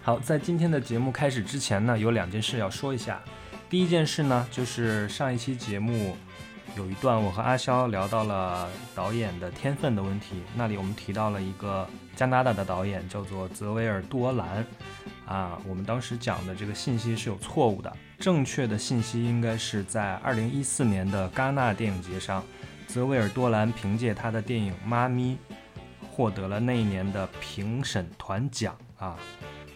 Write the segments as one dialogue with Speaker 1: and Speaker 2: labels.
Speaker 1: 好，在今天的节目开始之前呢，有两件事要说一下。第一件事呢，就是上一期节目有一段我和阿肖聊到了导演的天分的问题，那里我们提到了一个加拿大的导演叫做泽维尔·杜俄兰，啊，我们当时讲的这个信息是有错误的，正确的信息应该是在二零一四年的戛纳电影节上，泽维尔多兰凭借他的电影《妈咪》获得了那一年的评审团奖啊，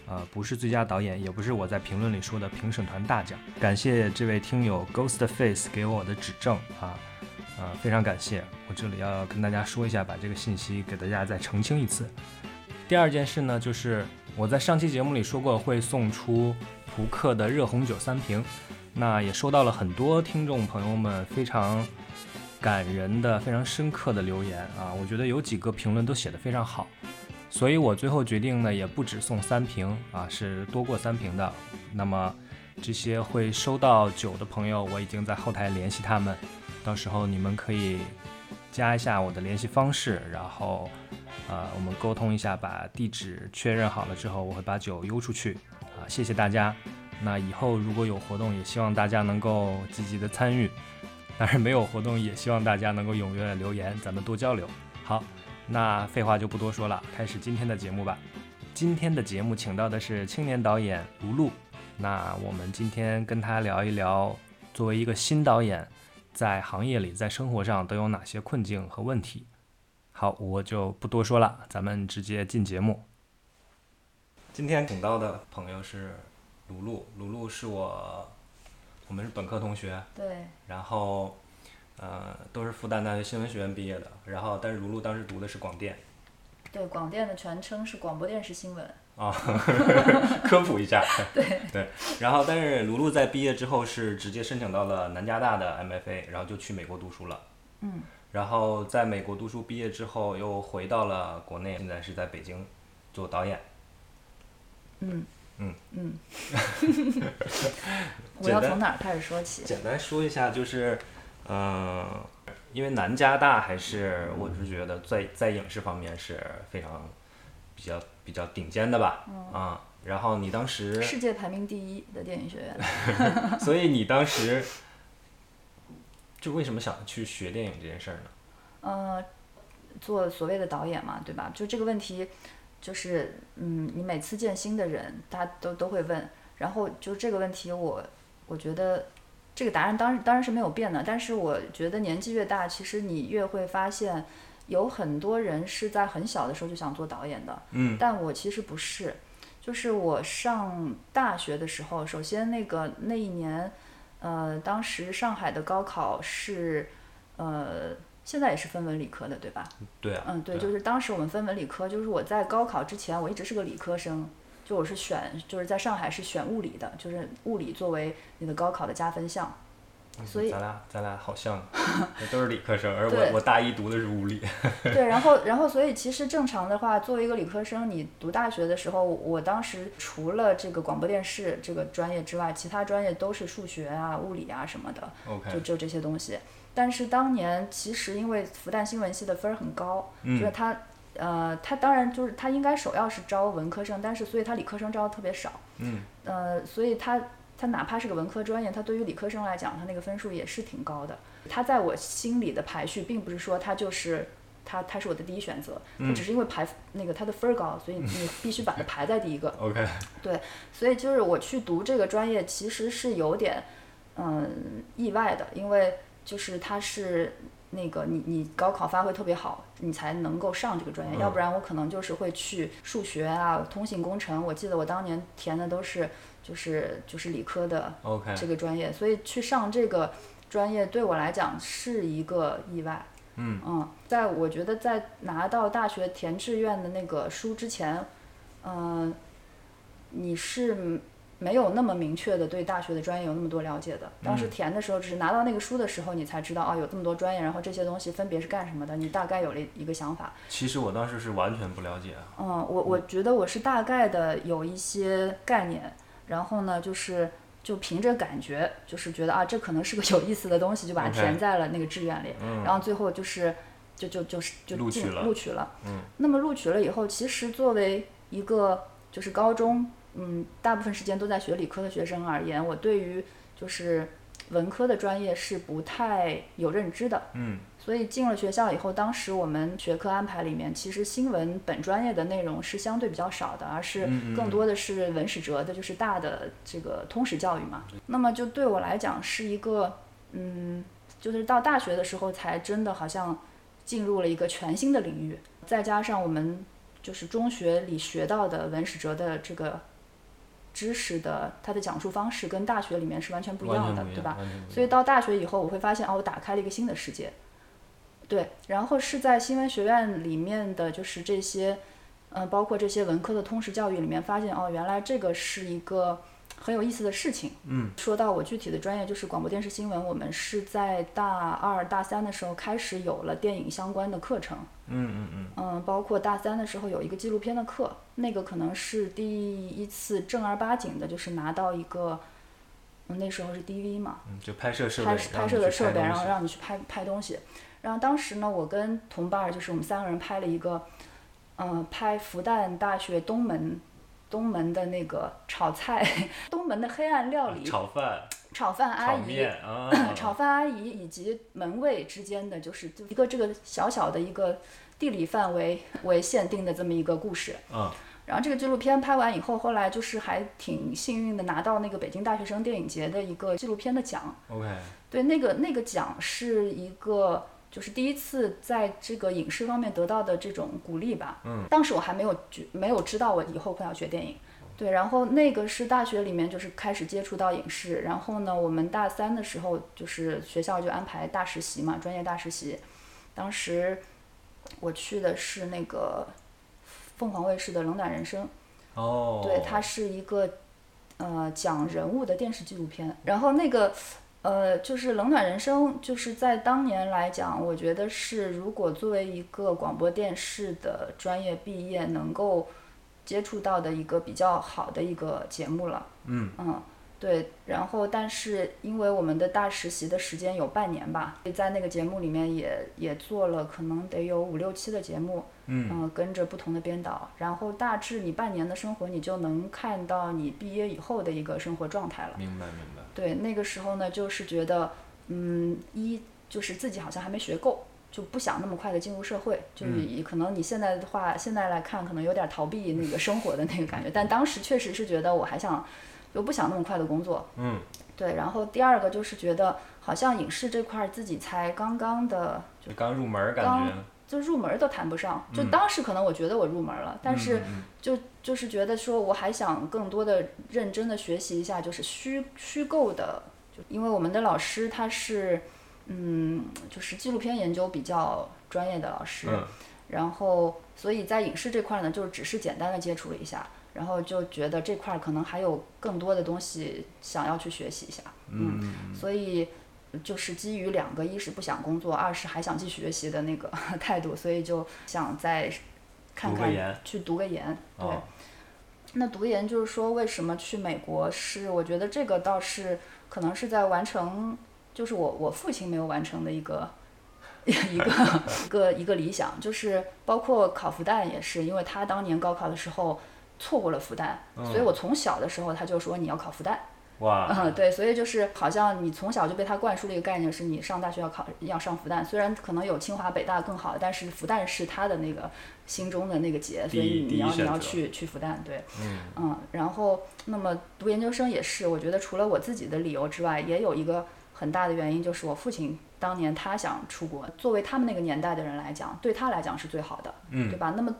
Speaker 1: 呃，不是最佳导演，也不是我在评论里说的评审团大奖。感谢这位听友 Ghostface 给我的指正啊，呃，非常感谢。我这里要跟大家说一下，把这个信息给大家再澄清一次。第二件事呢，就是我在上期节目里说过会送出扑克的热红酒三瓶，那也收到了很多听众朋友们非常感人的、非常深刻的留言啊，我觉得有几个评论都写得非常好，所以我最后决定呢，也不只送三瓶啊，是多过三瓶的。那么这些会收到酒的朋友，我已经在后台联系他们，到时候你们可以加一下我的联系方式，然后呃，我们沟通一下，把地址确认好了之后，我会把酒邮出去。啊，谢谢大家。那以后如果有活动，也希望大家能够积极的参与。当然没有活动，也希望大家能够踊跃留言，咱们多交流。好，那废话就不多说了，开始今天的节目吧。今天的节目请到的是青年导演卢璐，那我们今天跟他聊一聊，作为一个新导演，在行业里、在生活上都有哪些困境和问题。好，我就不多说了，咱们直接进节目。今天请到的朋友是卢璐，卢璐是我，我们是本科同学，
Speaker 2: 对，
Speaker 1: 然后呃都是复旦大学新闻学院毕业的，然后但是卢璐当时读的是广电
Speaker 2: 对，广电的全称是广播电视新闻。
Speaker 1: 啊，科普一下， 对对，然后但是卢璐在毕业之后是直接申请到了南加大的 MFA，然后就去美国读书了，
Speaker 2: 嗯，
Speaker 1: 然后在美国读书毕业之后又回到了国内，现在是在北京做导演，
Speaker 2: 嗯
Speaker 1: 嗯
Speaker 2: 嗯，我
Speaker 1: 简
Speaker 2: 要
Speaker 1: 单
Speaker 2: 从哪儿开始说起？
Speaker 1: 简单说一下，就是，嗯、因为南加大还是我是觉得在在影视方面是非常比较比较顶尖的吧，
Speaker 2: 嗯
Speaker 1: 啊、然后你当时，
Speaker 2: 世界排名第一的电影学院，
Speaker 1: 所以你当时就为什么想去学电影这件事儿呢？
Speaker 2: 呃，做所谓的导演嘛，对吧？就这个问题，就是嗯，你每次见新的人，大家都都会问，然后就这个问题我，我觉得这个答案当然当然是没有变的，但是我觉得年纪越大，其实你越会发现，有很多人是在很小的时候就想做导演的，
Speaker 1: 嗯，
Speaker 2: 但我其实不是。就是我上大学的时候，首先那个那一年，呃，当时上海的高考是，呃，现在也是分文理科的，对吧？
Speaker 1: 对啊，
Speaker 2: 嗯，对，
Speaker 1: 对啊
Speaker 2: 就是当时我们分文理科，就是我在高考之前，我一直是个理科生，就我是选，就是在上海是选物理的，就是物理作为你的高考的加分 项。所以
Speaker 1: 咱俩咱俩好像 都是理科生，而
Speaker 2: 对
Speaker 1: 我我大一读的是物理，
Speaker 2: 对，然后然后所以其实正常的话，作为一个理科生，你读大学的时候，我当时除了这个广播电视这个专业之外，其他专业都是数学啊、物理啊什么的。
Speaker 1: OK
Speaker 2: 就就这些东西。但是当年其实因为复旦新闻系的分儿很高，
Speaker 1: 嗯
Speaker 2: 就是他呃，他当然就是他应该首要是招文科生，但是所以他理科生招的特别少。
Speaker 1: 嗯，
Speaker 2: 呃，所以他他哪怕是个文科专业，他对于理科生来讲，他那个分数也是挺高的。他在我心里的排序，并不是说他就是他他是我的第一选择，
Speaker 1: 嗯
Speaker 2: 我只是因为排那个他的分儿高，所以你必须把它排在第一个。
Speaker 1: OK，
Speaker 2: 所以就是我去读这个专业，其实是有点嗯意外的，因为就是它是那个你你高考发挥特别好，你才能够上这个专业，
Speaker 1: 嗯
Speaker 2: 要不然我可能就是会去数学啊、通信工程。我记得我当年填的都是就是就是理科的
Speaker 1: OK，
Speaker 2: 这个专业，所以去上这个专业对我来讲是一个意外。
Speaker 1: 嗯
Speaker 2: 嗯，在我觉得在拿到大学填志愿的那个书之前，嗯、你是没有那么明确的对大学的专业有那么多了解的。当时填的时候，只是拿到那个书的时候，你才知道啊有这么多专业，然后这些东西分别是干什么的，你大概有了一个想法。
Speaker 1: 其实我当时是完全不了解啊。
Speaker 2: 嗯，我我觉得我是大概的有一些概念，然后呢，就是就凭着感觉，就是觉得啊，这可能是个有意思的东西，就把它
Speaker 1: OK
Speaker 2: 填在了那个志愿里。
Speaker 1: 嗯
Speaker 2: 然后最后就是就就就是就
Speaker 1: 录取
Speaker 2: 进
Speaker 1: 了
Speaker 2: 录取了。
Speaker 1: 嗯
Speaker 2: 那么录取了以后，其实作为一个就是高中，嗯，大部分时间都在学理科的学生而言，我对于就是文科的专业是不太有认知的。
Speaker 1: 嗯
Speaker 2: 所以进了学校以后，当时我们学科安排里面，其实新闻本专业的内容是相对比较少的，而是
Speaker 1: 嗯嗯
Speaker 2: 更多的是文史哲的，就是大的这个通识教育嘛。那么就对我来讲是一个，嗯，就是到大学的时候才真的好像进入了一个全新的领域，再加上我们就是中学里学到的文史哲的这个知识的它的讲述方式跟大学里面是完全不一
Speaker 1: 完
Speaker 2: 样
Speaker 1: 全
Speaker 2: 的，
Speaker 1: 不一
Speaker 2: 对
Speaker 1: 样，
Speaker 2: 吧？
Speaker 1: 完全不一
Speaker 2: 所以到大学以后，我会发现哦，我打开了一个新的世界。对，然后是在新闻学院里面的，就是这些，嗯、包括这些文科的通识教育里面，发现哦，原来这个是一个很有意思的事情。
Speaker 1: 嗯，
Speaker 2: 说到我具体的专业就是广播电视新闻，我们是在大二大三的时候开始有了电影相关的课程。
Speaker 1: 嗯嗯嗯
Speaker 2: 嗯，包括大三的时候有一个纪录片的课，那个可能是第一次正儿八经的，就是拿到一个，嗯，那时候是 DV 嘛，
Speaker 1: 嗯，就拍摄设备，
Speaker 2: 拍摄
Speaker 1: 让
Speaker 2: 拍
Speaker 1: 你
Speaker 2: 摄的
Speaker 1: 去
Speaker 2: 设
Speaker 1: 拍
Speaker 2: 备，
Speaker 1: 东
Speaker 2: 然后
Speaker 1: 西
Speaker 2: 让你去拍拍东西。然后当时呢，我跟同伴儿就是我们三个人拍了一个，呃，拍复旦大学东门东门的那个炒菜， 东门的黑暗料理，炒
Speaker 1: 啊炒饭、
Speaker 2: 饭阿
Speaker 1: 炒
Speaker 2: 姨。，
Speaker 1: 面啊
Speaker 2: 炒饭阿姨以及门卫之间的，就是就一个这个小小的一个地理范围为限定的这么一个故事。
Speaker 1: 嗯
Speaker 2: 然后这个纪录片拍完以后，后来就是还挺幸运的拿到那个北京大学生电影节的一个纪录片的奖。
Speaker 1: ，OK，
Speaker 2: 对，那个那个奖是一个，就是第一次在这个影视方面得到的这种鼓励吧。
Speaker 1: 嗯，
Speaker 2: 当时我还没有觉没有知道我以后会要学电影。对，然后那个是大学里面就是开始接触到影视，然后呢，我们大三的时候就是学校就安排大实习嘛，专业大实习。当时我去的是那个凤凰卫视的《冷暖人生》，
Speaker 1: 哦，
Speaker 2: 对，它是一个呃讲人物的电视纪录片。然后那个呃，就是《冷暖人生》，就是在当年来讲，我觉得是如果作为一个广播电视的专业毕业，能够接触到的一个比较好的一个节目了。
Speaker 1: 嗯
Speaker 2: 嗯。对，然后但是因为我们的大实习的时间有半年吧，所以在那个节目里面也也做了可能得有五六期的节目，
Speaker 1: 嗯
Speaker 2: 嗯、跟着不同的编导，然后大致你半年的生活，你就能看到你毕业以后的一个生活状态了。
Speaker 1: 明白明白，
Speaker 2: 对，那个时候呢，就是觉得，嗯，一就是自己好像还没学够，就不想那么快的进入社会，就是
Speaker 1: 嗯
Speaker 2: 以可能你现在的话，现在来看可能有点逃避那个生活的那个感觉，但当时确实是觉得我还想，就不想那么快的工作，
Speaker 1: 嗯
Speaker 2: 对，然后第二个就是觉得好像影视这块儿自己才刚刚的
Speaker 1: 就刚入门儿感
Speaker 2: 刚
Speaker 1: 觉，
Speaker 2: 就入门儿都谈不上，就
Speaker 1: 嗯
Speaker 2: 当时可能我觉得我入门了，但是
Speaker 1: 嗯嗯
Speaker 2: 就就是觉得说我还想更多的认真的学习一下，就是虚虚构的，就因为我们的老师他是嗯，就是纪录片研究比较专业的老师，
Speaker 1: 嗯
Speaker 2: 然后所以在影视这块呢，就是只是简单的接触了一下，然后就觉得这块儿可能还有更多的东西想要去学习一下，
Speaker 1: 嗯嗯嗯
Speaker 2: 所以就是基于两个，一是不想工作，二是还想继续学习的那个 态度，所以就想再看
Speaker 1: 读个
Speaker 2: 看
Speaker 1: 研
Speaker 2: 去读个研。对，
Speaker 1: 哦
Speaker 2: 那读研就是说为什么去美国是？我觉得这个倒是可能是在完成，就是我我父亲没有完成的一个。 一个 一个一个理想，就是包括考复旦也是，因为
Speaker 1: 嗯
Speaker 2: 他当年高考的时候错过了复旦，所以我从小的时候他就说你要考复旦，
Speaker 1: 哇，
Speaker 2: 嗯，对，所以就是好像你从小就被他灌输了一个概念，是你上大学要考要上复旦，虽然可能有清华北大更好的，但是复旦是他的那个心中的那个结，所
Speaker 1: 第一
Speaker 2: 以
Speaker 1: 第一
Speaker 2: 你要你
Speaker 1: 选
Speaker 2: 要
Speaker 1: 择
Speaker 2: 去去复旦，对，
Speaker 1: 嗯，
Speaker 2: 嗯，然后那么读研究生也是，我觉得除了我自己的理由之外，也有一个很大的原因，就是我父亲当年他想出国，作为他们那个年代的人来讲，对他来讲是最好的，
Speaker 1: 嗯
Speaker 2: 对吧？那么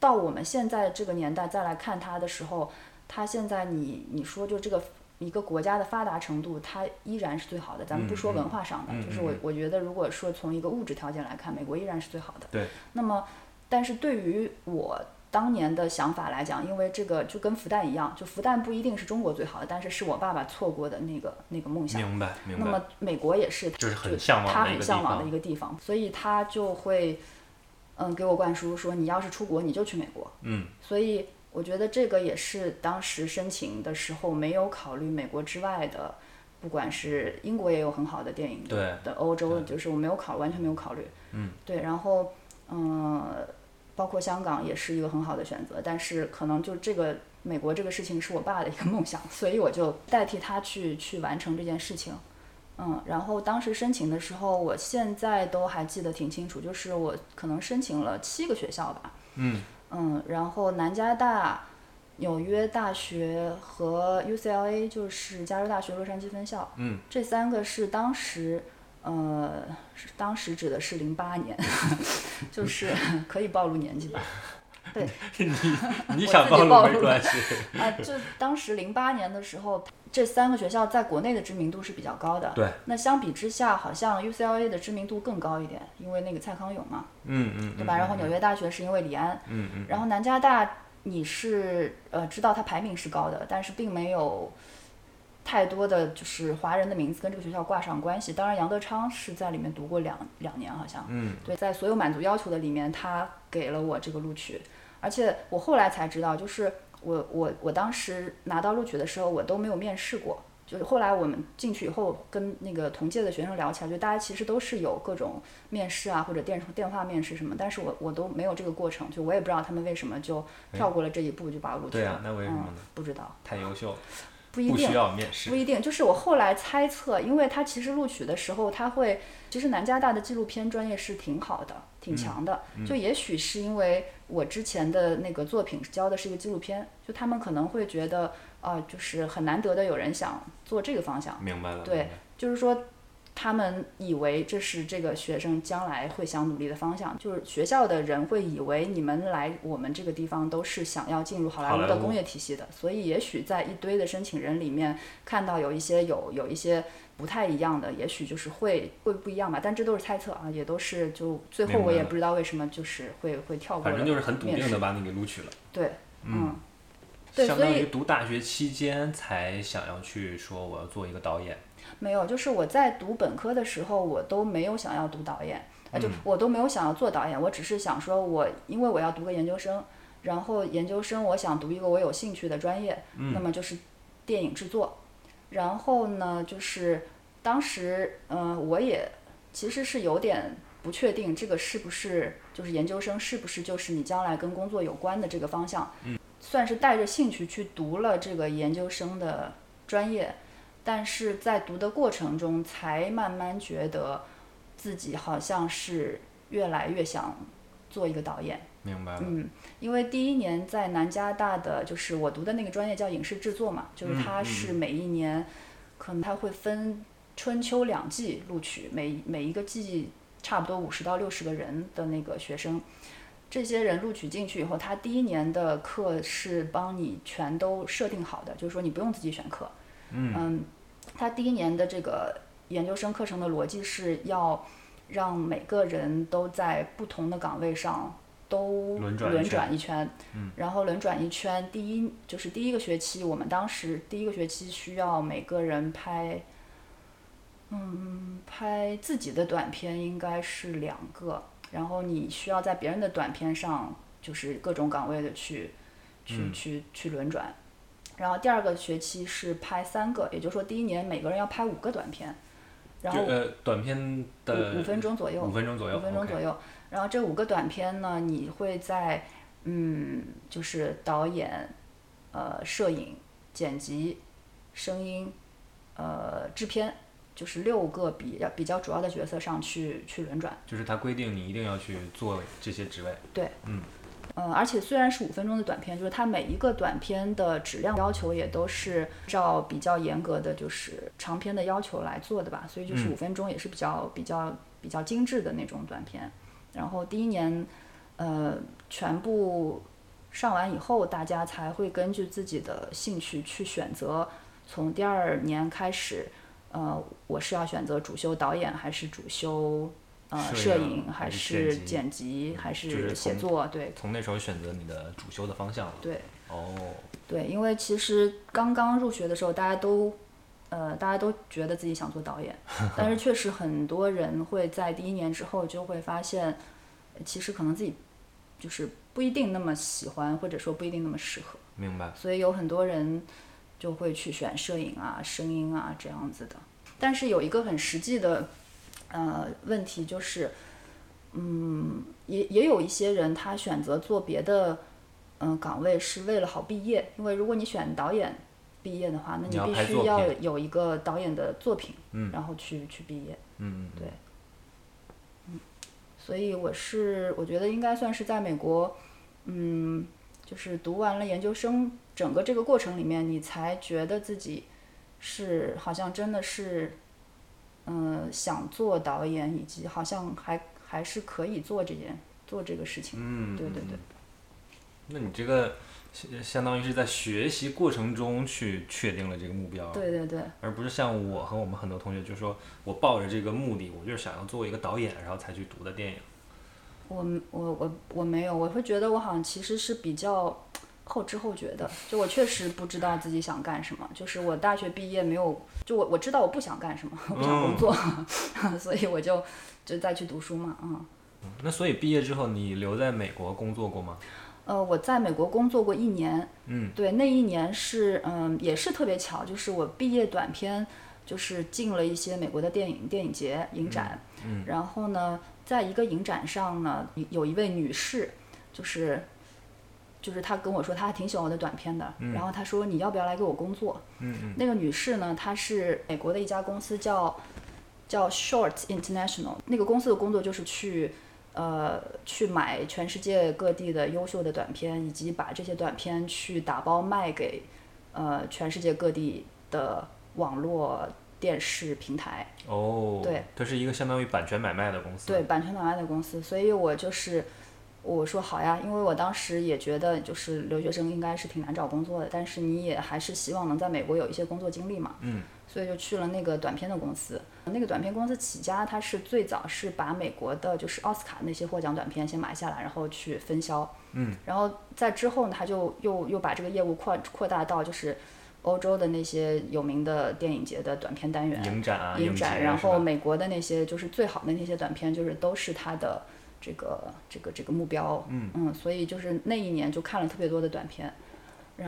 Speaker 2: 到我们现在这个年代再来看他的时候，他现在你你说就这个。一个国家的发达程度，它依然是最好的。咱们不说文化上的，
Speaker 1: 嗯
Speaker 2: 就是
Speaker 1: 嗯
Speaker 2: 我
Speaker 1: 嗯
Speaker 2: 我觉得，如果说从一个物质条件来看，美国依然是最好的。
Speaker 1: 对。
Speaker 2: 那么，但是对于我当年的想法来讲，因为这个就跟复旦一样，就复旦不一定是中国最好的，但是是我爸爸错过的那个那个梦想。
Speaker 1: 明白明
Speaker 2: 那
Speaker 1: 白，
Speaker 2: 么美国也是，
Speaker 1: 就是很向往
Speaker 2: 他
Speaker 1: 的一
Speaker 2: 很
Speaker 1: 个地
Speaker 2: 向往的
Speaker 1: 方
Speaker 2: 一个地方，所以他就会，嗯，给我灌输说，你要是出国，你就去美国。
Speaker 1: 嗯，
Speaker 2: 所以我觉得这个也是当时申请的时候没有考虑美国之外的，不管是英国也有很好的电影
Speaker 1: 对
Speaker 2: 的，的欧洲
Speaker 1: 对
Speaker 2: 就是我没有考，完全没有考虑。嗯，对，然后嗯、呃包括香港也是一个很好的选择，但是可能就这个。美国这个事情是我爸的一个梦想，所以我就代替他去去完成这件事情。嗯，然后当时申请的时候，我现在都还记得挺清楚，就是我可能申请了七个学校吧。
Speaker 1: 嗯
Speaker 2: 嗯，然后南加大、纽约大学和 UCLA，就是加州大学洛杉矶分校，
Speaker 1: 嗯，
Speaker 2: 这三个是当时。呃，是当时指的是零八年， 就是可以暴露年纪吧？
Speaker 1: 你你
Speaker 2: 我
Speaker 1: 想
Speaker 2: 自己
Speaker 1: 暴露
Speaker 2: 暴
Speaker 1: 没
Speaker 2: 露
Speaker 1: 关系，
Speaker 2: 啊，就当时零八年的时候，这三个学校在国内的知名度是比较高的。
Speaker 1: 对。
Speaker 2: 那相比之下，好像 UCLA 的知名度更高一点，因为那个蔡康永嘛，
Speaker 1: 嗯嗯，
Speaker 2: 对吧？
Speaker 1: 嗯
Speaker 2: 然后纽约大学是因为李安，
Speaker 1: 嗯嗯，
Speaker 2: 然后南加大你是呃知道它排名是高的，但是并没有太多的就是华人的名字跟这个学校挂上关系。当然，杨德昌是在里面读过两两年，好像。
Speaker 1: 嗯。
Speaker 2: 对，在所有满足要求的里面，他给了我这个录取，而且我后来才知道，就是我我我当时拿到录取的时候，我都没有面试过。就是后来我们进去以后，跟那个同届的学生聊起来，就大家其实都是有各种面试啊，或者电电话面试什么，但是我我都没有这个过程，就我也不知道他们为什么就跳过了这一步就把我录取
Speaker 1: 哎对
Speaker 2: 了。
Speaker 1: 啊那为什么
Speaker 2: 嗯
Speaker 1: 呢？
Speaker 2: 不知道，
Speaker 1: 太优秀了，
Speaker 2: 不一
Speaker 1: 不
Speaker 2: 定
Speaker 1: 需。要面
Speaker 2: 不
Speaker 1: 试，
Speaker 2: 一定，就是我后来猜测，因为他其实录取的时候，他会，其实南加大的纪录片专业是挺好的，挺强的。就也许是因为我之前的那个作品教的是一个纪录片，就他们可能会觉得，啊、就是很难得的有人想做这个方向，
Speaker 1: 明白了，
Speaker 2: 对
Speaker 1: 明白了，
Speaker 2: 就是说。他们以为这是这个学生将来会想努力的方向，就是学校的人会以为你们来我们这个地方都是想要进入好莱
Speaker 1: 好
Speaker 2: 坞
Speaker 1: 莱
Speaker 2: 的
Speaker 1: 坞
Speaker 2: 工业体系的，所以也许在一堆的申请人里面看到有一些有有一些不太一样的，也许就是会会不一样吧，但这都是猜测啊，也都是就最后
Speaker 1: 明白
Speaker 2: 我也
Speaker 1: 了
Speaker 2: 不知道为什么就是会会跳过
Speaker 1: 反正
Speaker 2: 了，
Speaker 1: 就是很笃
Speaker 2: 面
Speaker 1: 定的
Speaker 2: 试
Speaker 1: 把你给录取了。
Speaker 2: 对，
Speaker 1: 嗯
Speaker 2: 嗯，对
Speaker 1: 相
Speaker 2: 所
Speaker 1: 当于
Speaker 2: 以
Speaker 1: 读大学期间才想要去说我要做一个导演，
Speaker 2: 没有，就是我在读本科的时候，我都没有想要读导演，啊，就我都没有想要做导演，我只是想说我，因为我要读个研究生，然后研究生我想读一个我有兴趣的专业，那么就是电影制作。然后呢，就是当时，嗯、我也其实是有点不确定这个是不是就是研究生是不是就是你将来跟工作有关的这个方向，算是带着兴趣去读了这个研究生的专业，但是在读的过程中，才慢慢觉得自己好像是越来越想做一个导演。
Speaker 1: 明白了，
Speaker 2: 嗯，因为第一年在南加大的，就是我读的那个专业叫影视制作嘛，就是
Speaker 1: 嗯
Speaker 2: 它是每一年，可能它会分春秋两季录取，每每一个季差不多五十到六十个人的那个学生，这些人录取进去以后，他第一年的课是帮你全都设定好的，就是说你不用自己选课。嗯他第一年的这个研究生课程的逻辑是要让每个人都在不同的岗位上都
Speaker 1: 轮转一圈嗯
Speaker 2: 一圈，然后轮转一圈。第一就是第一个学期，我们当时第一个学期需要每个人拍。嗯，拍自己的短片应该是两个，然后你需要在别人的短片上，就是各种岗位的去，去、
Speaker 1: 嗯
Speaker 2: 去去轮转。然后第二个学期是拍三个，也就是说第一年每个人要拍五个短片，然
Speaker 1: 就
Speaker 2: 后
Speaker 1: 呃短片的
Speaker 2: 五五分钟左右
Speaker 1: 五，分钟左右，
Speaker 2: 五分钟
Speaker 1: OK
Speaker 2: 左右。然后这五个短片呢，你会在嗯，就是导演、呃，摄影、剪辑、声音、呃制片，就是六个比较比较主要的角色上去去轮转。
Speaker 1: 就是它规定你一定要去做这些职位。
Speaker 2: 对，
Speaker 1: 嗯
Speaker 2: 嗯，而且虽然是五分钟的短片，就是它每一个短片的质量要求也都是照比较严格的就是长片的要求来做的吧，所以就是
Speaker 1: 嗯
Speaker 2: 五分钟也是比较比较比较精致的那种短片。然后第一年，呃，全部上完以后，大家才会根据自己的兴趣去选择。从第二年开始，呃，我是要选择主修导演还是主修呃
Speaker 1: 摄
Speaker 2: 摄
Speaker 1: 影
Speaker 2: 影，还
Speaker 1: 还是
Speaker 2: 是
Speaker 1: 剪辑
Speaker 2: 剪辑，还
Speaker 1: 就是是
Speaker 2: 写
Speaker 1: 从
Speaker 2: 作？对
Speaker 1: 从那时候选择你的主修的方向了。
Speaker 2: 对。
Speaker 1: 哦，
Speaker 2: 对，因为其实刚刚入学的时候，大家都，呃，大家都觉得自己想做导演，但是确实很多人会在第一年之后就会发现，呃其实可能自己就是不一定那么喜欢，或者说不一定那么适合，
Speaker 1: 明白。
Speaker 2: 所以有很多人就会去选摄影啊、声音啊这样子的。但是有一个很实际的，呃，问题就是，嗯，也也有一些人他选择做别的，嗯、岗位是为了好毕业，因为如果你选导演毕业的话，那
Speaker 1: 你要
Speaker 2: 必
Speaker 1: 拍
Speaker 2: 须
Speaker 1: 作
Speaker 2: 要
Speaker 1: 品
Speaker 2: 有一个导演的作品，
Speaker 1: 嗯
Speaker 2: 然后去去毕业。
Speaker 1: 嗯，嗯
Speaker 2: 对嗯所以我是我觉得应该算是在美国，嗯，就是读完了研究生，整个这个过程里面，你才觉得自己是好像真的是，嗯、想做导演，以及好像还还是可以做这件做这个事情。
Speaker 1: 嗯，
Speaker 2: 对对
Speaker 1: 嗯
Speaker 2: 对。
Speaker 1: 那你这个相相当于是在学习过程中去确定了这个目标，
Speaker 2: 对对对，
Speaker 1: 而不是像我和我们很多同学就说，我抱着这个目的，我就是想要做一个导演，然后才去读的电影。
Speaker 2: 我我我我没有，我会觉得我好像其实是比较后知后觉的，就我确实不知道自己想干什么，就是我大学毕业没有，就我我知道我不想干什么，我不想工作， 所以我就就再去读书嘛，嗯，
Speaker 1: 嗯那所以毕业之后，你留在美国工作过吗？
Speaker 2: 呃，我在美国工作过一年，
Speaker 1: 嗯，
Speaker 2: 对，那一年是嗯也是特别巧，就是我毕业短片就是进了一些美国的电影电影节影展，
Speaker 1: 嗯
Speaker 2: 然后呢，在一个影展上呢，有一位女士，就是就是她跟我说她还挺喜欢我的短片的，
Speaker 1: 嗯
Speaker 2: 然后她说你要不要来给我工作？
Speaker 1: 嗯嗯
Speaker 2: 那个女士呢，她是美国的一家公司叫叫 Short International，那个公司的工作就是去呃去买全世界各地的优秀的短片，以及把这些短片去打包卖给呃全世界各地的网络电视平台。
Speaker 1: 哦，
Speaker 2: 对，
Speaker 1: 它是一个相当于版权买卖的公司。
Speaker 2: 对，版权买卖的公司，所以我就是我说好呀，因为我当时也觉得就是留学生应该是挺难找工作的，但是你也还是希望能在美国有一些工作经历嘛，
Speaker 1: 嗯，
Speaker 2: 所以就去了那个短片的公司。那个短片公司起家，它是最早是把美国的就是奥斯卡那些获奖短片先买下来，然后去分销，
Speaker 1: 嗯，
Speaker 2: 然后在之后呢，他就又又把这个业务扩扩大到就是。欧洲的那些有名的电影节的短片单元，
Speaker 1: 影展啊，
Speaker 2: 影
Speaker 1: 节啊
Speaker 2: 展，然
Speaker 1: 是吧
Speaker 2: 后美国的那些就是最好的那些短片，就是都是他的这个这个这个目标，
Speaker 1: 嗯
Speaker 2: 所以就是那一年就看了特别多的短片，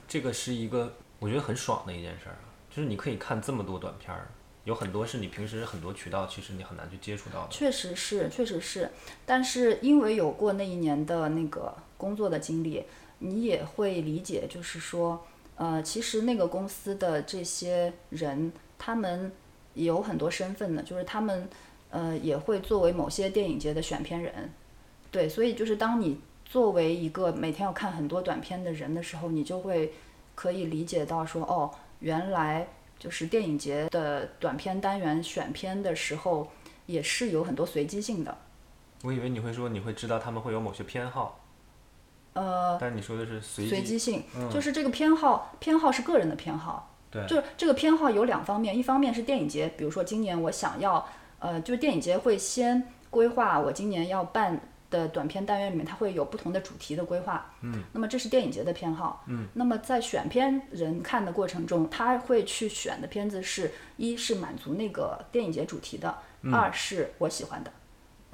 Speaker 1: 这个是一个我觉得很爽的一件事儿啊，就是你可以看这么多短片儿，有很多是你平时很多渠道其实你很难去接触到的。
Speaker 2: 确实是确实是，但是因为有过那一年的那个工作的经历，你也会理解，就是说，呃，其实那个公司的这些人，他们也有很多身份的，就是他们呃也会作为某些电影节的选片人，对，所以就是当你作为一个每天要看很多短片的人的时候，你就会可以理解到说，哦，原来就是电影节的短片单元选片的时候，也是有很多随机性的。
Speaker 1: 我以为你会说你会知道他们会有某些偏好，
Speaker 2: 呃，
Speaker 1: 但是你说的是随
Speaker 2: 随
Speaker 1: 机。嗯
Speaker 2: 机性、就是这个偏好，偏好是个人的偏好，
Speaker 1: 对，
Speaker 2: 就是这个偏好有两方面，一方面是电影节，比如说今年我想要，呃，就是电影节会先规划我今年要办的短片单元里面，它会有不同的主题的规划。嗯，那么这是电影节的偏好。嗯，那么在选片人看的过程中，他会去选的片子是一是满足那个电影节主题的，
Speaker 1: 嗯
Speaker 2: 二是我喜欢的。
Speaker 1: 啊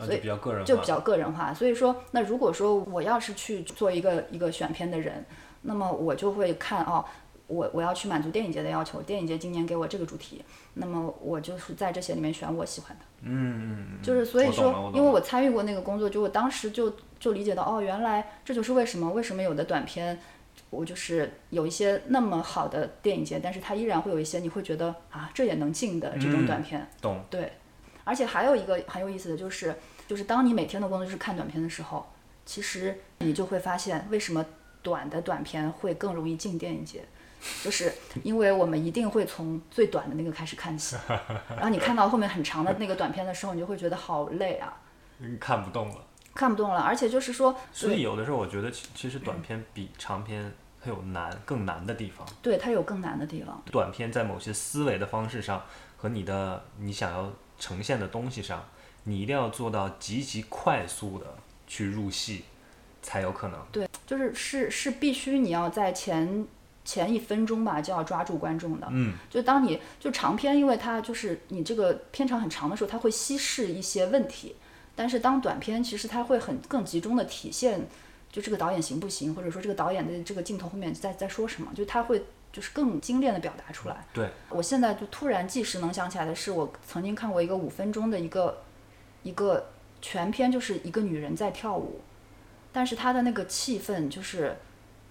Speaker 2: 所
Speaker 1: 就
Speaker 2: 以
Speaker 1: 比较个人化，
Speaker 2: 就比较个人化。所以说，那如果说我要是去做一个一个选片的人，那么我就会看哦，我我要去满足电影节的要求，电影节今年给我这个主题，那么我就是在这些里面选我喜欢的。
Speaker 1: 嗯嗯嗯，
Speaker 2: 就是所以
Speaker 1: 我懂了我
Speaker 2: 说
Speaker 1: 懂，了
Speaker 2: 因为我参与过那个工作，就我当时就就理解到哦，原来这就是为什么为什么有的短片。我就是有一些那么好的电影节，但是它依然会有一些你会觉得啊，这也能进的这种
Speaker 1: 嗯
Speaker 2: 短片。
Speaker 1: 懂。
Speaker 2: 对，而且还有一个很有意思的就是，就是当你每天的工作就是看短片的时候，其实你就会发现为什么短的短片会更容易进电影节，就是因为我们一定会从最短的那个开始看起，然后你看到后面很长的那个短片的时候，你就会觉得好累啊，
Speaker 1: 嗯看不动了。
Speaker 2: 看不动了。而且就是说，
Speaker 1: 所以有的时候我觉得其，其实短片比长片它有难更难的地方。
Speaker 2: 对它有更难的地方，
Speaker 1: 短片在某些思维的方式上和你的你想要呈现的东西上，你一定要做到极其快速的去入戏，才有可能。
Speaker 2: 对，就是是是必须你要在前前一分钟吧就要抓住观众的，
Speaker 1: 嗯，
Speaker 2: 就当你就长篇，因为它就是你这个片长很长的时候，它会稀释一些问题。但是当短片，其实它会很更集中的体现，就这个导演行不行，或者说这个导演的这个镜头后面在在说什么，就他会就是更精炼的表达出来。
Speaker 1: 嗯对，
Speaker 2: 我现在就突然即时能想起来的是，我曾经看过一个五分钟的一个一个全片，就是一个女人在跳舞，但是她的那个气氛就是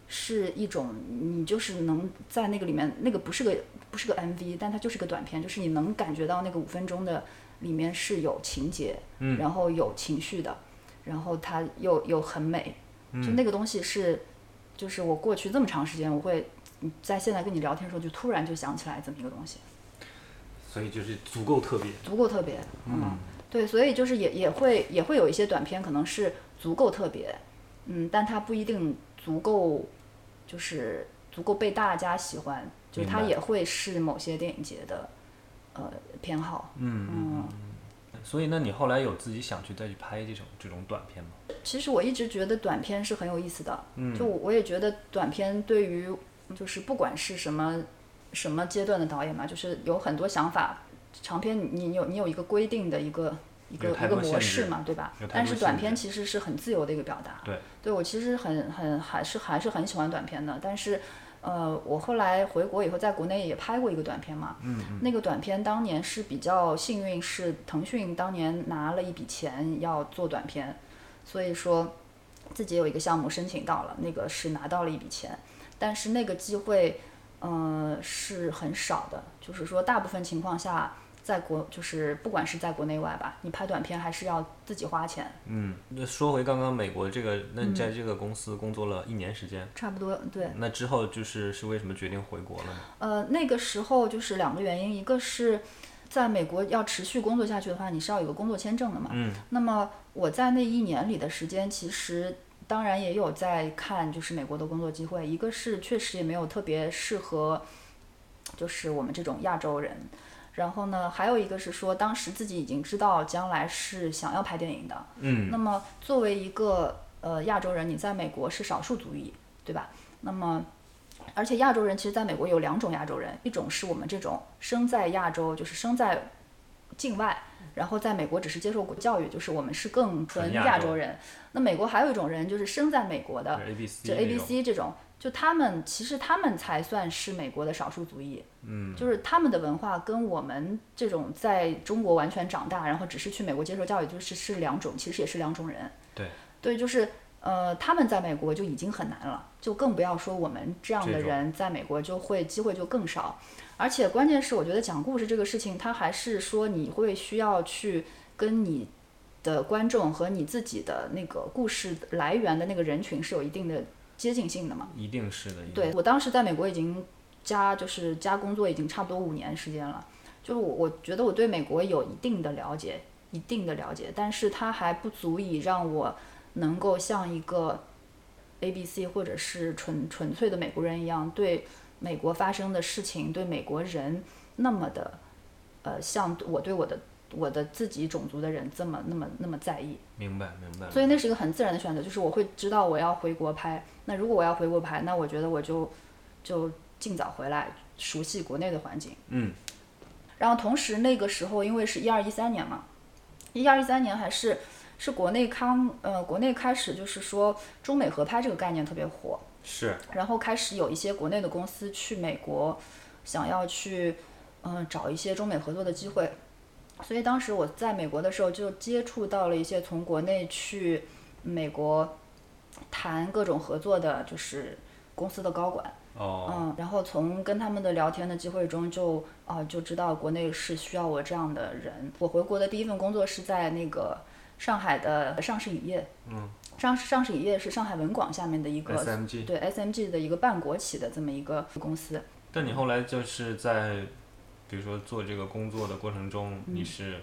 Speaker 2: 是一种你就是能在那个里面，那个不是个不是个 MV，但它就是个短片，就是你能感觉到那个五分钟的里面是有情节，
Speaker 1: 嗯
Speaker 2: 然后有情绪的，然后它又又很美，就那个东西是就是我过去这么长时间我会。嗯在现在跟你聊天的时候，就突然就想起来这么一个东西，
Speaker 1: 所以就是足够特别。
Speaker 2: 足够特别，嗯，对，所以就是也也会也会有一些短片可能是足够特别，嗯，但它不一定足够，就是足够被大家喜欢，就是它
Speaker 1: 明白
Speaker 2: 也会是某些电影节的呃偏好，嗯
Speaker 1: 所以，那你后来有自己想去再去拍这种这种短片吗？
Speaker 2: 其实我一直觉得短片是很有意思的，
Speaker 1: 嗯
Speaker 2: 就我我也觉得短片对于就是不管是什么什么阶段的导演嘛，就是有很多想法。长片你你有你有一个规定的一个一个
Speaker 1: 有太
Speaker 2: 一个
Speaker 1: 多
Speaker 2: 模
Speaker 1: 限制
Speaker 2: 式嘛，对吧
Speaker 1: 有？太
Speaker 2: 但
Speaker 1: 多
Speaker 2: 是短
Speaker 1: 限制
Speaker 2: 片其实是很自由的一个表达。
Speaker 1: 对，
Speaker 2: 对我其实很很还是还是很喜欢短片的，但是呃，我后来回国以后，在国内也拍过一个短片嘛。嗯那个短片当年是比较幸运，是腾讯当年拿了一笔钱要做短片，所以说自己有一个项目申请到了，那个是拿到了一笔钱，但是那个机会，呃，是很少的。就是说，大部分情况下，在国就是不管是在国内外吧，你拍短片还是要自己花钱，
Speaker 1: 嗯，那说回刚刚美国这个，那你
Speaker 2: 嗯
Speaker 1: 在这个公司工作了一年时间，
Speaker 2: 差不多对。
Speaker 1: 那之后就是是为什么决定回国了呢？
Speaker 2: 呃，那个时候就是两个原因，一个是在美国要持续工作下去的话，你是要有个工作签证的嘛。
Speaker 1: 嗯。
Speaker 2: 那么我在那一年里的时间，其实当然也有在看，就是美国的工作机会。一个是确实也没有特别适合，就是我们这种亚洲人。然后呢，还有一个是说，当时自己已经知道将来是想要拍电影的，
Speaker 1: 嗯
Speaker 2: 那么作为一个呃亚洲人，你在美国是少数族裔，对吧？那么，而且亚洲人其实在美国有两种亚洲人，一种是我们这种生在亚洲，就是生在境外，然后在美国只是接受过教育，就是我们是
Speaker 1: 纯
Speaker 2: 更纯
Speaker 1: 亚
Speaker 2: 亚
Speaker 1: 洲
Speaker 2: 洲人。那美国还有一种人，就是生在美国的，
Speaker 1: ，A B C
Speaker 2: 就 A、B、C 这种，就他们其实他们才算是美国的少数族裔，嗯，就是他们的文化跟我们这种在中国完全长大，然后只是去美国接受教育，就是是两种，其实也是两种人。
Speaker 1: 对
Speaker 2: 对，就是呃，他们在美国就已经很难了，就更不要说我们这样
Speaker 1: 这
Speaker 2: 的
Speaker 1: 种
Speaker 2: 人在美国就会机会就更少。而且关键是，我觉得讲故事这个事情，它还是说你会需要去跟你的观众和你自己的那个故事来源的那个人群是有一定的接近性的嘛。
Speaker 1: 一定是的，一定
Speaker 2: 对我当时在美国已经加就是加工作已经差不多五年时间了，就是我我觉得我对美国有一定的了解，一定的了解，但是它还不足以让我能够像一个 A B C 或者是纯纯粹的美国人一样，对美国发生的事情，对美国人那么的，呃，像我对我的我的自己种族的人这么那么那么在意。
Speaker 1: 明白明白。
Speaker 2: 所以那是一个很自然的选择，就是我会知道我要回国拍。那如果我要回国拍，那我觉得我就就尽早回来，熟悉国内的环境。
Speaker 1: 嗯。
Speaker 2: 然后同时那个时候，因为是一二一三年嘛，一二一三年还是是国内康呃国内开始就是说中美合拍这个概念特别火，
Speaker 1: 是
Speaker 2: 然后开始有一些国内的公司去美国，想要去嗯、呃找一些中美合作的机会。所以当时我在美国的时候，就接触到了一些从国内去美国谈各种合作的，就是公司的高管，
Speaker 1: 哦，
Speaker 2: 嗯，然后从跟他们的聊天的机会中就啊、就知道国内是需要我这样的人。我回国的第一份工作是在那个上海的上市影业，
Speaker 1: 嗯，
Speaker 2: 上上市影业是上海文广下面的一个
Speaker 1: SMG
Speaker 2: 对 SMG 的一个半国企的这么一个公司。
Speaker 1: 但你后来就是在，比如说做这个工作的过程中，
Speaker 2: 嗯
Speaker 1: 你是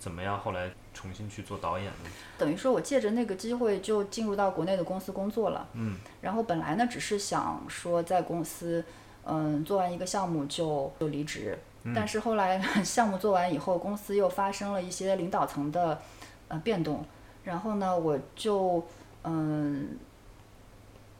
Speaker 1: 怎么样后来重新去做导演的？
Speaker 2: 等于说我借着那个机会就进入到国内的公司工作了。
Speaker 1: 嗯，
Speaker 2: 然后本来呢只是想说在公司，嗯，做完一个项目就就离职，但是后来 项目做完以后，公司又发生了一些领导层的呃变动，然后呢我就嗯，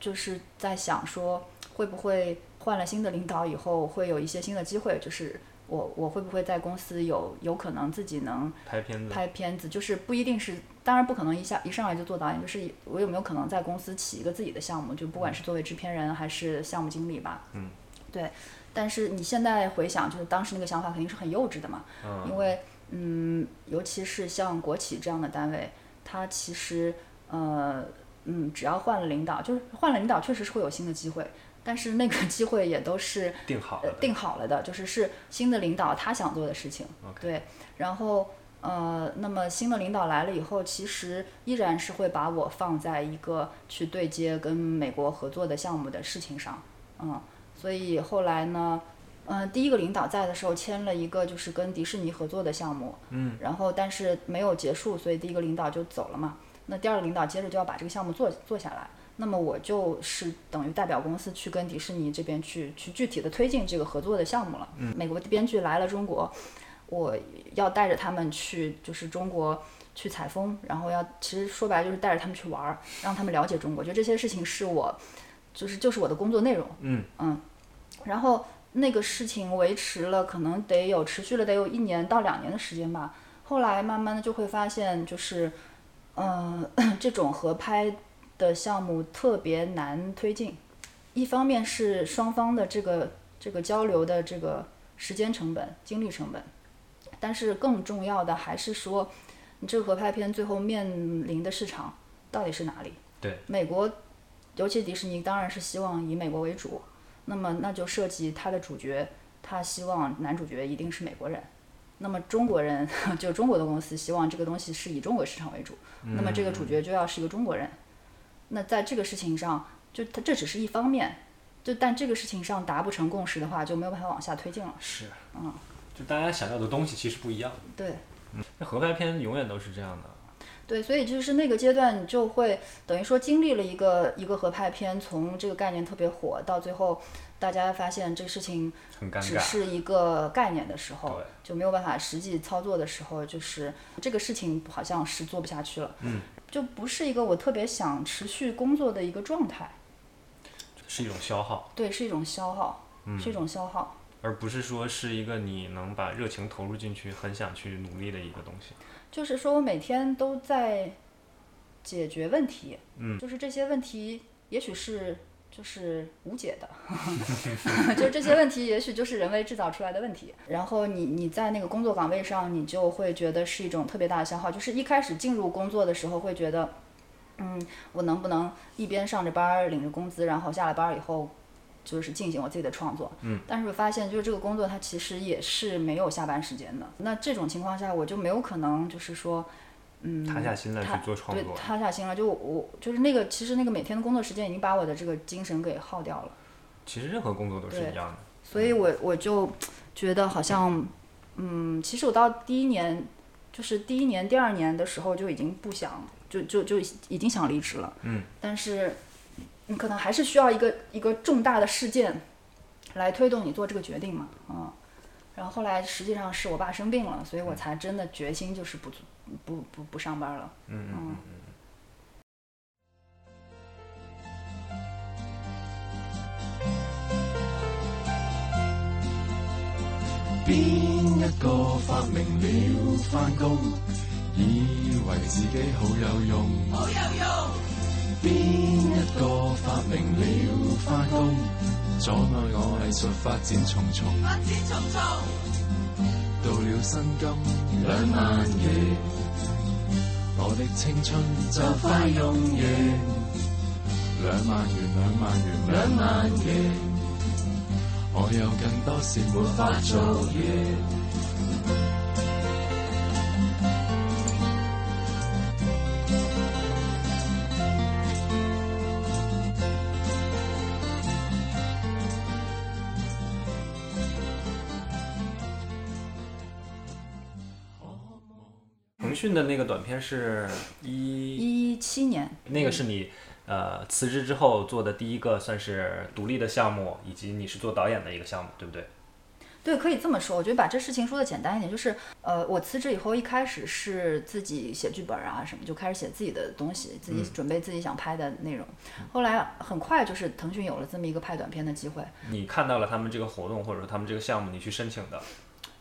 Speaker 2: 就是在想说会不会换了新的领导以后会有一些新的机会，就是。我我会不会在公司有有可能自己能
Speaker 1: 拍片子？
Speaker 2: 拍片子，就是不一定是，当然不可能一下一上来就做导演，就是我有没有可能在公司起一个自己的项目，就不管是作为制片人还是项目经理吧。
Speaker 1: 嗯，
Speaker 2: 对。但是你现在回想，就是当时那个想法肯定是很幼稚的嘛，因
Speaker 1: 嗯，
Speaker 2: 为嗯，尤其是像国企这样的单位，它其实呃嗯，只要换了领导，就是换了领导确实是会有新的机会，但是那个 机会也都是
Speaker 1: 定好
Speaker 2: 呃
Speaker 1: 了的。
Speaker 2: 定好了的，就是是新的领导他想做的事情。
Speaker 1: OK
Speaker 2: 对，然后呃，那么新的领导来了以后，其实依然是会把我放在一个去对接跟美国合作的项目的事情上，嗯，所以后来呢。嗯、第一个领导在的时候签了一个就是跟迪士尼合作的项目，
Speaker 1: 嗯，
Speaker 2: 然后但是没有结束，所以第一个领导就走了嘛。那第二个领导接着就要把这个项目做做下来，那么我就是等于代表公司去跟迪士尼这边去去具体的推进这个合作的项目了。嗯，美国的编剧来了中国，我要带着他们去就是中国去采风，然后要其实说白了就是带着他们去玩儿，让他们了解中国。就这些事情是我就是就是我的工作内容。
Speaker 1: 嗯
Speaker 2: 然后那个事情维持了可能得有持续了得有一年到两年的时间吧。后来慢慢的就会发现，就是，嗯、 这种合拍的项目特别难推进。一方面是双方的这个这个交流的这个时间成本、精力成本，但是更重要的还是说，你这个合拍片最后面临的市场到底是哪里？
Speaker 1: 对，
Speaker 2: 美国，尤其迪士尼当然是希望以美国为主，那么那就涉及他的主角，他希望男主角一定是美国人。那么中国人 就中国的公司希望这个东西是以中国市场为主，那么这个主角就要是一个中国人。那在这个事情上，就它这只是一方面，就但这个事情上达不成共识的话，就没有办法往下推进了。
Speaker 1: 是，
Speaker 2: 嗯，
Speaker 1: 就大家想要的东西其实不一样。
Speaker 2: 对
Speaker 1: 那合拍片永远都是这样的。
Speaker 2: 对，所以就是那个阶段，你就会等于说经历了一个一个合拍片，从这个概念特别火到最后，大家发现这个事情
Speaker 1: 很尴
Speaker 2: 只
Speaker 1: 尬。
Speaker 2: 是一个概念的时候
Speaker 1: 对，
Speaker 2: 就没有办法实际操作的时候，就是这个事情好像是做不下去了，
Speaker 1: 嗯，
Speaker 2: 就不是一个我特别想持续工作的一个状态，
Speaker 1: 是一种消耗，
Speaker 2: 对，是一种消耗，
Speaker 1: 嗯
Speaker 2: 是一种消耗。
Speaker 1: 而不是说是一个你能把热情投入进去、很想去努力的一个东西。
Speaker 2: 就是说我每天都在解决问题，
Speaker 1: 嗯，
Speaker 2: 就是这些问题也许是就是无解的， 就是这些问题也许就是人为制造出来的问题。然后你你在那个工作岗位上，你就会觉得是一种特别大的消耗。就是一开始进入工作的时候，会觉得，嗯，我能不能一边上着班儿领着工资，然后下了班儿以后。就是进行我自己的创作，嗯，但是我发现就是这个工作它其实也是没有下班时间的。那这种情况下，我就没有可能就是说，嗯，
Speaker 1: 塌下心来去
Speaker 2: 他
Speaker 1: 做创
Speaker 2: 对
Speaker 1: 作，
Speaker 2: 塌下心了。就我我就是那个，其实那个每天的工作时间已经把我的这个精神给耗掉了，
Speaker 1: 其实任何工作都是
Speaker 2: 对
Speaker 1: 一样的。
Speaker 2: 所
Speaker 1: 嗯
Speaker 2: 以我我就觉得好像，嗯，其实我到第一年，就是第一年、第二年的时候就已经不想，就就就已经想离职了。
Speaker 1: 嗯，
Speaker 2: 但是你可能还是需要一个一个重大的事件来推动你做这个决定嘛，嗯。然后后来实际上是我爸生病了，所以
Speaker 1: 嗯
Speaker 2: 我才真的决心就是不做不不不上班了。
Speaker 1: 嗯嗯
Speaker 2: 嗯
Speaker 1: 嗯嗯。
Speaker 3: 边一個發明了翻工，以為自己好有用。好有用。邊一個發明了翻工，阻礙我藝術發展重重。發展重重。到了薪金兩萬元，我的青春就快用完。兩萬元，兩萬元，兩萬元。我有更多事沒法做嘢。
Speaker 1: 腾讯的那个短片是一，
Speaker 2: 一七年，
Speaker 1: 那个是你呃辞职之后做的第一个算是独立的项目，以及你是做导演的一个项目，对不对？
Speaker 2: 对，可以这么说。我觉得把这事情说的简单一点，就是呃，我辞职以后一开始是自己写剧本啊什么，就开始写自己的东西，自己准备自己想拍的内容。后来很快就是腾讯有了这么一个拍短片的机会，
Speaker 1: 你看到了他们这个活动或者说他们这个项目，你去申请的，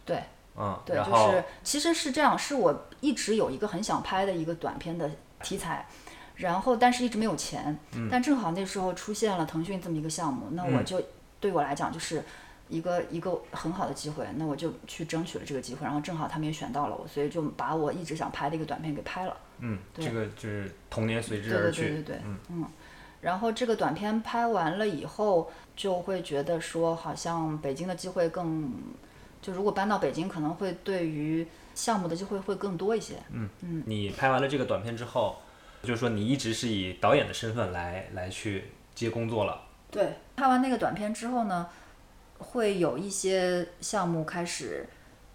Speaker 2: 对，
Speaker 1: 嗯，
Speaker 2: 对，
Speaker 1: 然
Speaker 2: 就
Speaker 1: 后
Speaker 2: 是其实是这样，是我一直有一个很想拍的一个短片的题材，然后但是一直没有钱，但正好那时候出现了腾讯这么一个项目，那我
Speaker 1: 嗯
Speaker 2: 就、对我来讲就是一个一个很好的机会，那我就去争取了这个机会，然后正好他们也选到了我，所以就把我一直想拍的一个短片给拍了。
Speaker 1: 嗯，
Speaker 2: 对
Speaker 1: 这个就是童年随
Speaker 2: 对
Speaker 1: 之而
Speaker 2: 对
Speaker 1: 去，
Speaker 2: 对对对，
Speaker 1: 嗯
Speaker 2: 然后这个短片拍完了以后，就会觉得说，好像北京的机会更，就如果搬到北京，可能会对于项目的机会会更多一些。嗯
Speaker 1: 你拍完了这个短片之后，就是说你一直是以导演的身份来来去接工作了。
Speaker 2: 对，拍完那个短片之后呢，会有一些项目开始，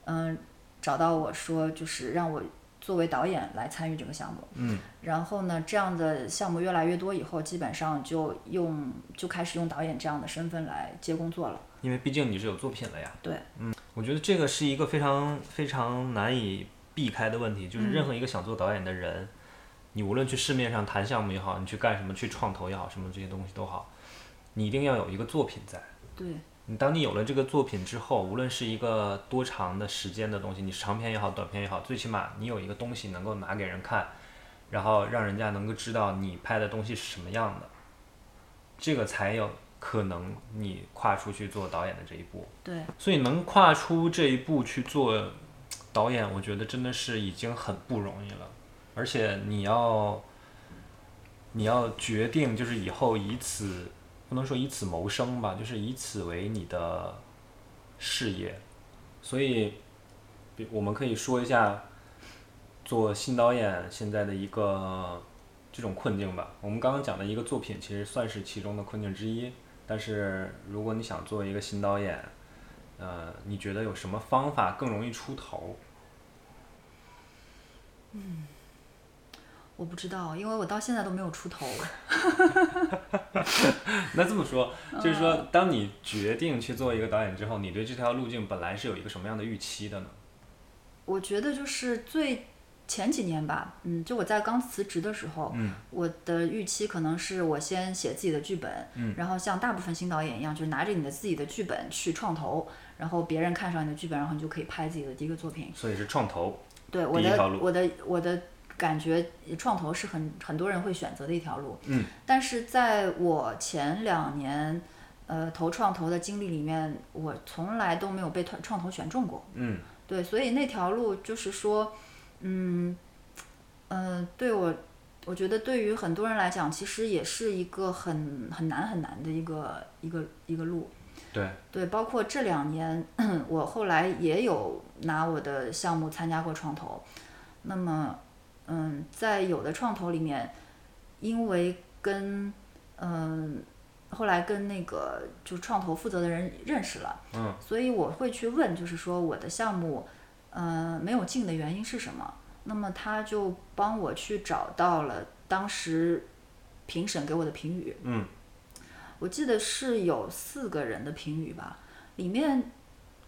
Speaker 2: 嗯，找到我说，就是让我作为导演来参与这个项目。
Speaker 1: 嗯，
Speaker 2: 然后呢，这样的项目越来越多以后，基本上就用就开始用导演这样的身份来接工作了。
Speaker 1: 因为毕竟你是有作品了呀。
Speaker 2: 对，
Speaker 1: 嗯，我觉得这个是一个非常非常难以避开的问题，就是任何一个想做导演的人，你无论去市面上谈项目也好，你去干什么，去创投也好，什么这些东西都好，你一定要有一个作品在。
Speaker 2: 对，
Speaker 1: 你当你有了这个作品之后，无论是一个多长的时间的东西，你是长篇也好，短篇也好，最起码你有一个东西能够拿给人看，然后让人家能够知道你拍的东西是什么样的，这个才有可能你跨出去做导演的这一步。
Speaker 2: 对，
Speaker 1: 所以能跨出这一步去做导演，我觉得真的是已经很不容易了。而且你要，你要决定，就是以后以此不能说以此谋生吧，就是以此为你的事业。所以，比我们可以说一下做新导演现在的一个这种困境吧。我们刚刚讲的一个作品，其实算是其中的困境之一。但是，如果你想做一个新导演，呃，你觉得有什么方法更容易出头？
Speaker 2: 我不知道，因为我到现在都没有出头。
Speaker 1: 那这么说，
Speaker 2: 嗯
Speaker 1: 就是说，当你决定去做一个导演之后，你对这条路径本来是有一个什么样的预期的呢？
Speaker 2: 我觉得就是最前几年吧，嗯，就我在刚辞职的时候，
Speaker 1: 嗯，
Speaker 2: 我的预期可能是我先写自己的剧本，
Speaker 1: 嗯
Speaker 2: 然后像大部分新导演一样，就是拿着你的自己的剧本去创投，然后别人看上你的剧本，然后你就可以拍自己的第一个作品。
Speaker 1: 所以是创投，
Speaker 2: 对，我
Speaker 1: 第一条
Speaker 2: 的
Speaker 1: 路
Speaker 2: 我的我的感觉，创投是很很多人会选择的一条路。
Speaker 1: 嗯，
Speaker 2: 但是在我前两年。呃，投创投的经历里面，我从来都没有被创创投选中过。
Speaker 1: 嗯，
Speaker 2: 对，所以那条路就是说，嗯，呃，对我，我觉得对于很多人来讲，其实也是一个很很难很难的一个一个一个路。
Speaker 1: 对，
Speaker 2: 对，包括这两年， 我后来也有拿我的项目参加过创投。那么，嗯，在有的创投里面，因为跟嗯、后来跟那个就是创投负责的人认识了，
Speaker 1: 嗯，
Speaker 2: 所以我会去问，就是说我的项目，嗯、没有进的原因是什么？那么他就帮我去找到了当时评审给我的评语，
Speaker 1: 嗯，
Speaker 2: 我记得是有四个人的评语吧，里面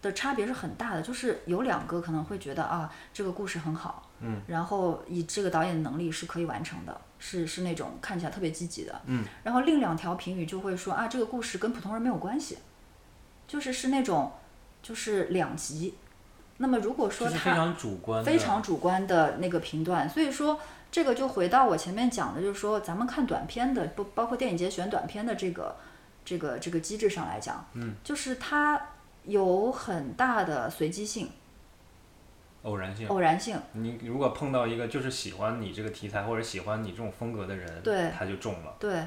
Speaker 2: 的差别是很大的，就是有两个可能会觉得啊，这个故事很好，
Speaker 1: 嗯，
Speaker 2: 然后以这个导演的能力是可以完成的，是是那种看起来特别积极的，
Speaker 1: 嗯，
Speaker 2: 然后另两条评语就会说啊，这个故事跟普通人没有关系，就是是那种就是两极。那么如果说
Speaker 1: 就
Speaker 2: 他
Speaker 1: 是非常主观的，
Speaker 2: 非常主观的那个评断。所以说，这个就回到我前面讲的，就是说咱们看短片的，不包括电影节选短片的这个这个这个机制上来讲，嗯，就是它有很大的随机性、
Speaker 1: 偶然性。
Speaker 2: 偶然性。
Speaker 1: 你如果碰到一个就是喜欢你这个题材或者喜欢你这种风格的人，
Speaker 2: 对
Speaker 1: 他就中了。
Speaker 2: 对，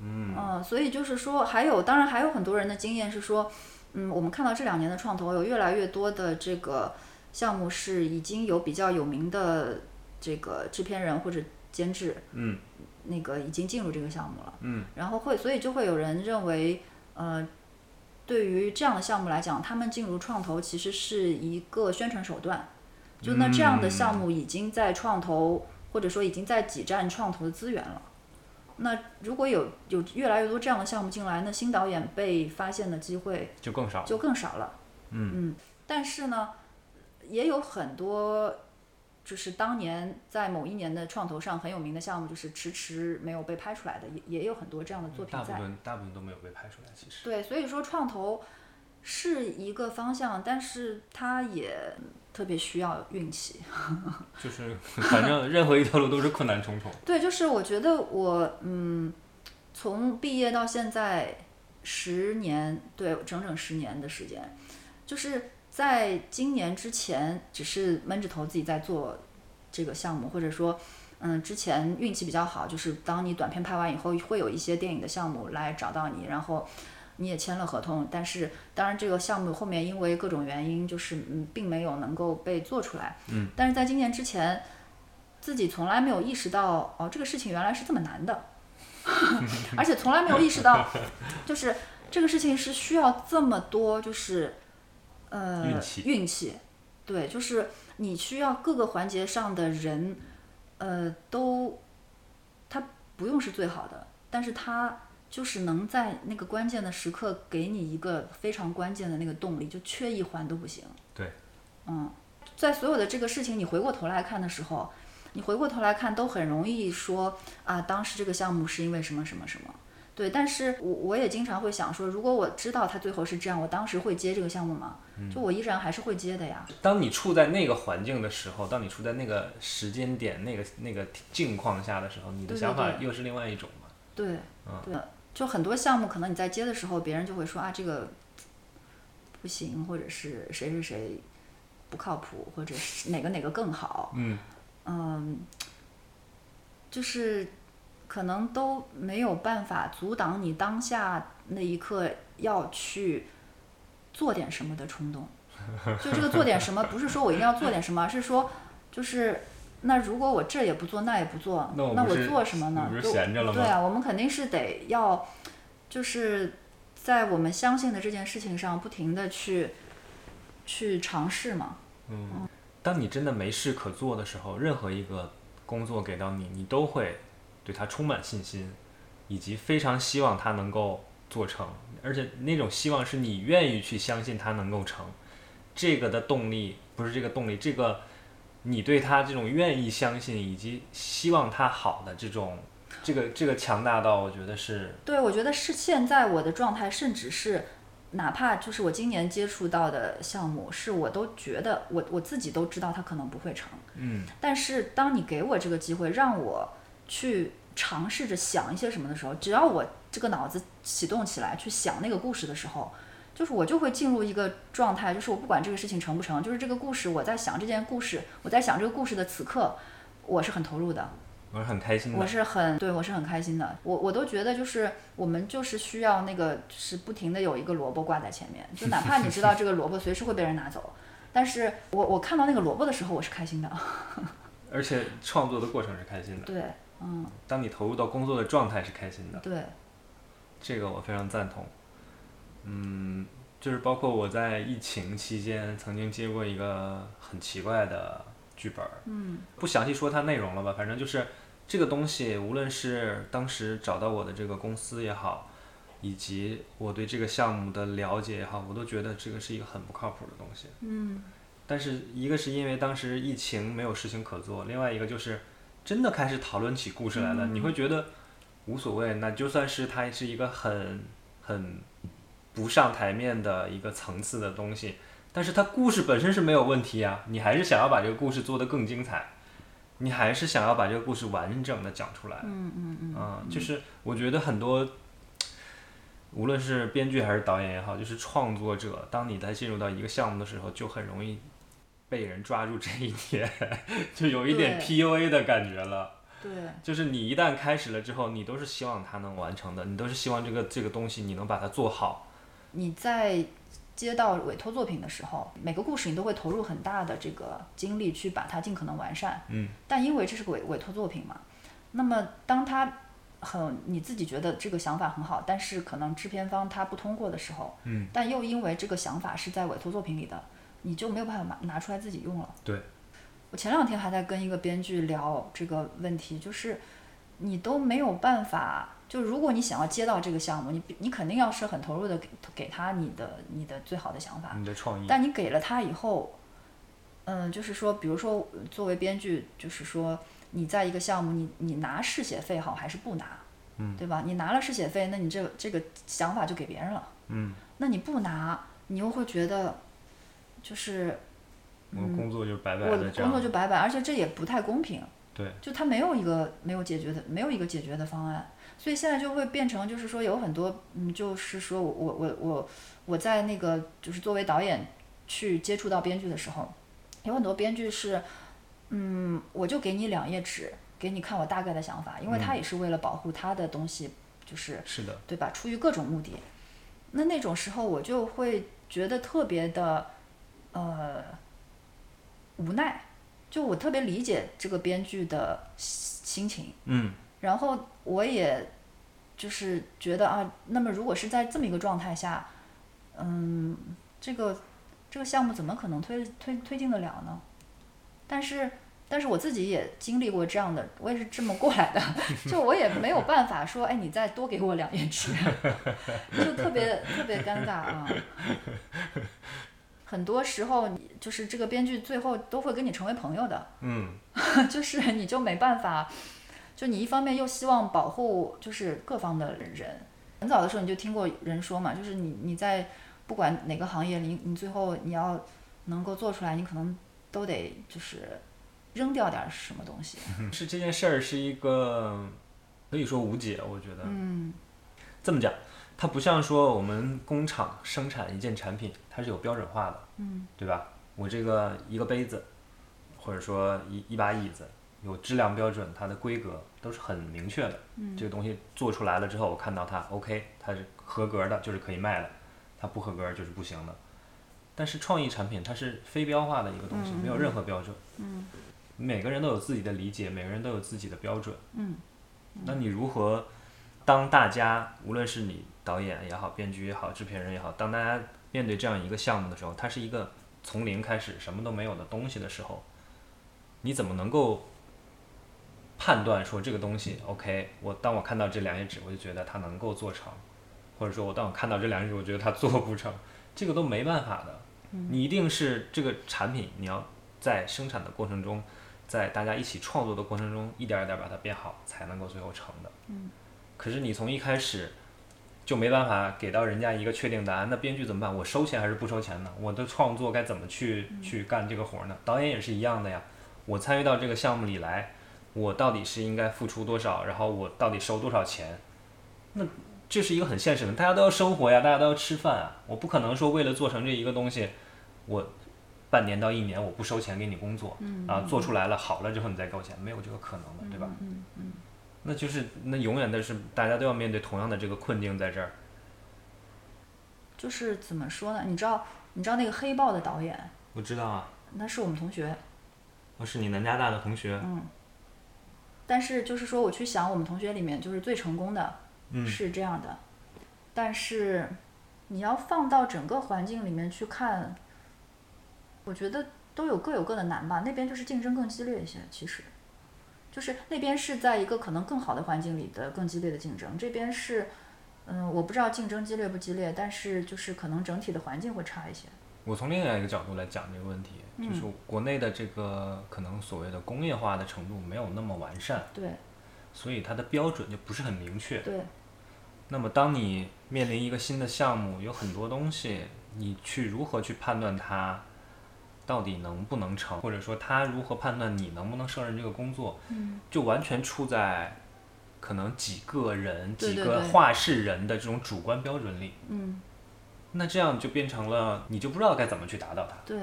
Speaker 2: 嗯，所以就是说，还有，当然还有很多人的经验是说，嗯，我们看到这两年的创投有越来越多的这个项目是已经有比较有名的这个制片人或者监制，
Speaker 4: 嗯，
Speaker 2: 那个已经进入这个项目了，
Speaker 4: 嗯，
Speaker 2: 然后会，所以就会有人认为，呃，对于这样的项目来讲，他们进入创投其实是一个宣传手段，就那这样的项目已经在创投、或者说已经在挤占创投的资源了。那如果有有越来越多这样的项目进来，那新导演被发现的机会
Speaker 1: 就更少。
Speaker 2: 就更少了。
Speaker 1: 嗯
Speaker 2: 但是呢，也有很多就是当年在某一年的创投上很有名的项目，就是迟迟没有被拍出来的，也也有很多这样的作
Speaker 1: 嗯
Speaker 2: 品
Speaker 1: 大部
Speaker 2: 在。
Speaker 1: 分大部分都没有被拍出来， 其实。
Speaker 2: 对，所以说创投是一个方向，但是它也特别需要运气。
Speaker 1: 就是反正任何一条路都是困难重重。
Speaker 2: 对，就是我觉得我嗯，从毕业到现在十年，对，整整十年的时间，就是在今年之前，只是闷着头自己在做这个项目，或者说。嗯，之前运气比较好，就是当你短片拍完以后，会有一些电影的项目来找到你，然后你也签了合同，但是当然这个项目后面因为各种原因，就是嗯，并没有能够被做出来。嗯，但是在今年之前，自己从来没有意识到，哦，这个事情原来是这么 难的，而且从来没有意识到，就是这个事情是需要这么多，就是呃
Speaker 1: 运气
Speaker 2: 运气，对，就是你需要各个环节上的人，呃，都他不用是最好的，但是他就是能在那个关键的时刻给你一个非常关键的那个动力，就缺一环都不行。
Speaker 1: 对，
Speaker 2: 嗯，在所有的这个事情你回过头来看的时候，你回过头来看都很容易说啊，当时这个项目是因为什么什么什么。对，但是我我也经常会想说，如果我知道他最后是这样，我当时会接这个项目吗？就我依然还是会接的呀。
Speaker 1: 当你处在那个环境的时候，当你处在那个时间点、那个那个境况下的时候，你的
Speaker 2: 对对
Speaker 1: 想法
Speaker 2: 对
Speaker 1: 又是另外一种嘛？
Speaker 2: 对，对，就很多项目可能你在接的时候，别人就会说啊这个不行，或者是谁谁谁不靠谱，或者是哪个哪个更好，
Speaker 1: 嗯
Speaker 2: 嗯，就是可能都没有办法阻挡你当下那一刻要去做点什么的冲动。就这个做点什么，不是说我一定要做点什么，而是说就是。那如果我这也不做，那也不做，
Speaker 1: 那
Speaker 2: 那
Speaker 1: 我不是
Speaker 2: 做什么呢
Speaker 1: 你不？是
Speaker 2: 就
Speaker 1: 闲着了吗
Speaker 2: 对啊，我们肯定是得要，就是在我们相信的这件事情上，不停的去去尝试嘛。
Speaker 1: 嗯。当你真的没事可做的时候，任何一个工作给到你，你都会对它充满信心，以及非常希望它能够做成，而且那种希望是你愿意去相信它能够成。这个的动力不是这个动力，这个你对他这种愿意相信以及希望他好的这种，这个这个强大到我觉得是
Speaker 2: 对，我觉得是现在我的状态，甚至是哪怕就是我今年接触到的项目，是我都觉得我我自己都知道它可能不会成，
Speaker 1: 嗯
Speaker 2: 但是当你给我这个机会，让我去尝试着想一些什么的时候，只要我这个脑子启动起来去想那个故事的时候。就是我就会进入一个状态，就是我不管这个事情成不成，就是这个故事，我在想这件故事，我在想这个故事的此刻，我是很投入的，
Speaker 1: 我是很开心
Speaker 2: 我
Speaker 1: 的。
Speaker 2: 是很对我是很开心的，我我都觉得就是我们就是需要那个就是不停的有一个萝卜挂在前面，就哪怕你知道这个萝卜随时会被人拿走，但是我我看到那个萝卜的时候我是开心的，
Speaker 1: 而且创作的过程是开心的，
Speaker 2: 对，嗯
Speaker 1: 当你投入到工作的状态是开心的，
Speaker 2: 对，
Speaker 1: 这个我非常赞同。嗯，就是包括我在疫情期间曾经接过一个很奇怪的剧本，
Speaker 2: 嗯
Speaker 1: 不详细说它内容了吧，反正就是这个东西，无论是当时找到我的这个公司也好，以及我对这个项目的了解也好，我都觉得这个是一个很不靠谱的东西。
Speaker 2: 嗯
Speaker 1: 但是一个是因为当时疫情没有事情可做，另外一个就是真的开始讨论起故事来了，
Speaker 2: 嗯
Speaker 1: 你会觉得无所谓，那就算是它是一个很很不上台面的一个层次的东西，但是它故事本身是没有问题啊，你还是想要把这个故事做得更精彩，你还是想要把这个故事完整的讲出来，
Speaker 2: 嗯嗯嗯，
Speaker 1: 啊、就是我觉得很多，无论是编剧还是导演也好，就是创作者，当你在进入到一个项目的时候，就很容易被人抓住这一点，就有一点
Speaker 2: 对
Speaker 1: PUA 的感觉了。
Speaker 2: 对，
Speaker 1: 就是你一旦开始了之后，你都是希望它能完成的，你都是希望这个这个东西你能把它做好。
Speaker 2: 你在接到委托作品的时候，每个故事你都会投入很大的这个精力去把它尽可能完善。
Speaker 1: 嗯，
Speaker 2: 但因为这是个委委托作品嘛，那么当他很你自己觉得这个想法很好，但是可能制片方他不通过的时候，
Speaker 1: 嗯，
Speaker 2: 但又因为这个想法是在委托作品里的，你就没有办法拿拿出来自己用了。
Speaker 1: 对，
Speaker 2: 我前两天还在跟一个编剧聊这个问题，就是你都没有办法，就如果你想要接到这个项目，你你肯定要是很投入的给给他你的你的最好的想法，
Speaker 1: 啊你的创意，
Speaker 2: 但你给了他以后，嗯，就是说，比如说，作为编剧，就是说，你在一个项目，你你拿试写费好还是不拿？
Speaker 1: 嗯
Speaker 2: 对吧？你拿了试写费，那你这这个想法就给别人了。
Speaker 1: 嗯，
Speaker 2: 那你不拿，你又会觉得，就是
Speaker 1: 我的工作就白白
Speaker 2: 我
Speaker 1: 的
Speaker 2: 的
Speaker 1: 这
Speaker 2: 工作
Speaker 1: 样。
Speaker 2: 就白白，而且这也不太公平。
Speaker 1: 对，
Speaker 2: 就他没有一个没有解决的，没有一个解决的方案，所以现在就会变成就是说有很多，嗯，就是说我我我我我在那个就是作为导演去接触到编剧的时候，有很多编剧是，嗯，我就给你两页纸，给你看我大概的想法，因
Speaker 1: 嗯
Speaker 2: 为他也是为了保护他的东西，就是
Speaker 1: 是的，
Speaker 2: 对吧？出于各种目的，那那种时候我就会觉得特别的，呃，无奈。就我特别理解这个编剧的心心情，
Speaker 1: 嗯，
Speaker 2: 然后我也就是觉得啊，那么如果是在这么一个状态下，嗯，这个这个项目怎么可能推推推进得了呢？但是但是我自己也经历过这样的，我也是这么过来的，就我也没有办法说，哎，你再多给我两页纸， 就特别特别尴尬啊。很多时候，你就是这个编剧最后都会跟你成为朋友的，
Speaker 1: 嗯，
Speaker 2: 就是你就没办法，就你一方面又希望保护就是各方的人，很早的时候你就听过人说嘛，就是你你在不管哪个行业里，你最后你要能够做出来，你可能都得就是扔掉点什么东西。
Speaker 1: 是这件事儿是一个可以说无解，我觉得。
Speaker 2: 嗯，
Speaker 1: 这么讲，它不像说我们工厂生产一件产品，它是有标准化的，
Speaker 2: 嗯，
Speaker 1: 对吧？我这个一个杯子，或者说一一把椅子，有质量标准，它的规格都是很明确的。嗯，这个东西做出来了之后，我看到它 OK，它是合格的，就是可以卖的；它不合格就是不行的。但是创意产品它是非标化的一个东
Speaker 2: 嗯
Speaker 1: 西，没有任何标准。嗯，每个人都有自己的理解，每个人都有自己的标准。
Speaker 2: 嗯，
Speaker 1: 那你如何当大家无论是你导演也好、编剧也好、制片人也好，当大家面对这样一个项目的时候，它是一个从零开始什么都没有的东西的时候，你怎么能够判断说这个东西 OK？我当我看到这两页纸，我就觉得它能够做成，或者说我当我看到这两页纸，我觉得它做不成，这个都没办法的。你一定是这个产品，你要在生产的过程中，在大家一起创作的过程中，一点儿一点儿把它变好，才能够最后成的。可是你从一开始就没办法给到人家一个确定答案，那编剧怎么办？我收钱还是不收钱呢？我的创作该怎么去去干这个活儿呢？导演也是一样的呀，我参与到这个项目里来，我到底是应该付出多少，然后我到底收多少钱？那这是一个很现实的，大家都要生活呀，大家都要吃饭啊，我不可能说为了做成这一个东西，我。半年到一年，我不收钱给你工作，啊，做出来了好了之后你再给我钱，没有这个可能的，对吧？那就是那永远的是大家都要面对同样的这个困境在这儿。
Speaker 2: 就是怎么说呢？你知道你知道那个黑豹的导演，
Speaker 1: 我知道啊，
Speaker 2: 那是我们同学，
Speaker 1: 我是你南加大的同学，
Speaker 2: 但是就是说，我去想我们同学里面就是最成功的，
Speaker 1: 嗯
Speaker 2: 是这样的，但是你要放到整个环境里面去看，我觉得都有各有各的难吧。那边就是竞争更激烈一些，其实就是那边是在一个可能更好的环境里的更激烈的竞争，这边是。嗯，我不知道竞争激烈不激烈，但是就是可能整体的环境会差一些。
Speaker 1: 我从另外一个角度来讲这个问题，就是国内的这个可能所谓的工业化的程度没有那么完善，
Speaker 2: 对
Speaker 1: 所以它的标准就不是很明确。
Speaker 2: 对，
Speaker 1: 那么，当你面临一个新的项目，有很多东西，你去如何去判断它到底能不能成，或者说他如何判断你能不能胜任这个工作，
Speaker 2: 嗯
Speaker 1: 就完全处在可能几个人、
Speaker 2: 对
Speaker 1: 几
Speaker 2: 对
Speaker 1: 个
Speaker 2: 对
Speaker 1: 画室人的这种主观标准里。
Speaker 2: 嗯，
Speaker 1: 那这样就变成了你就不知道该怎么去达到它。
Speaker 2: 对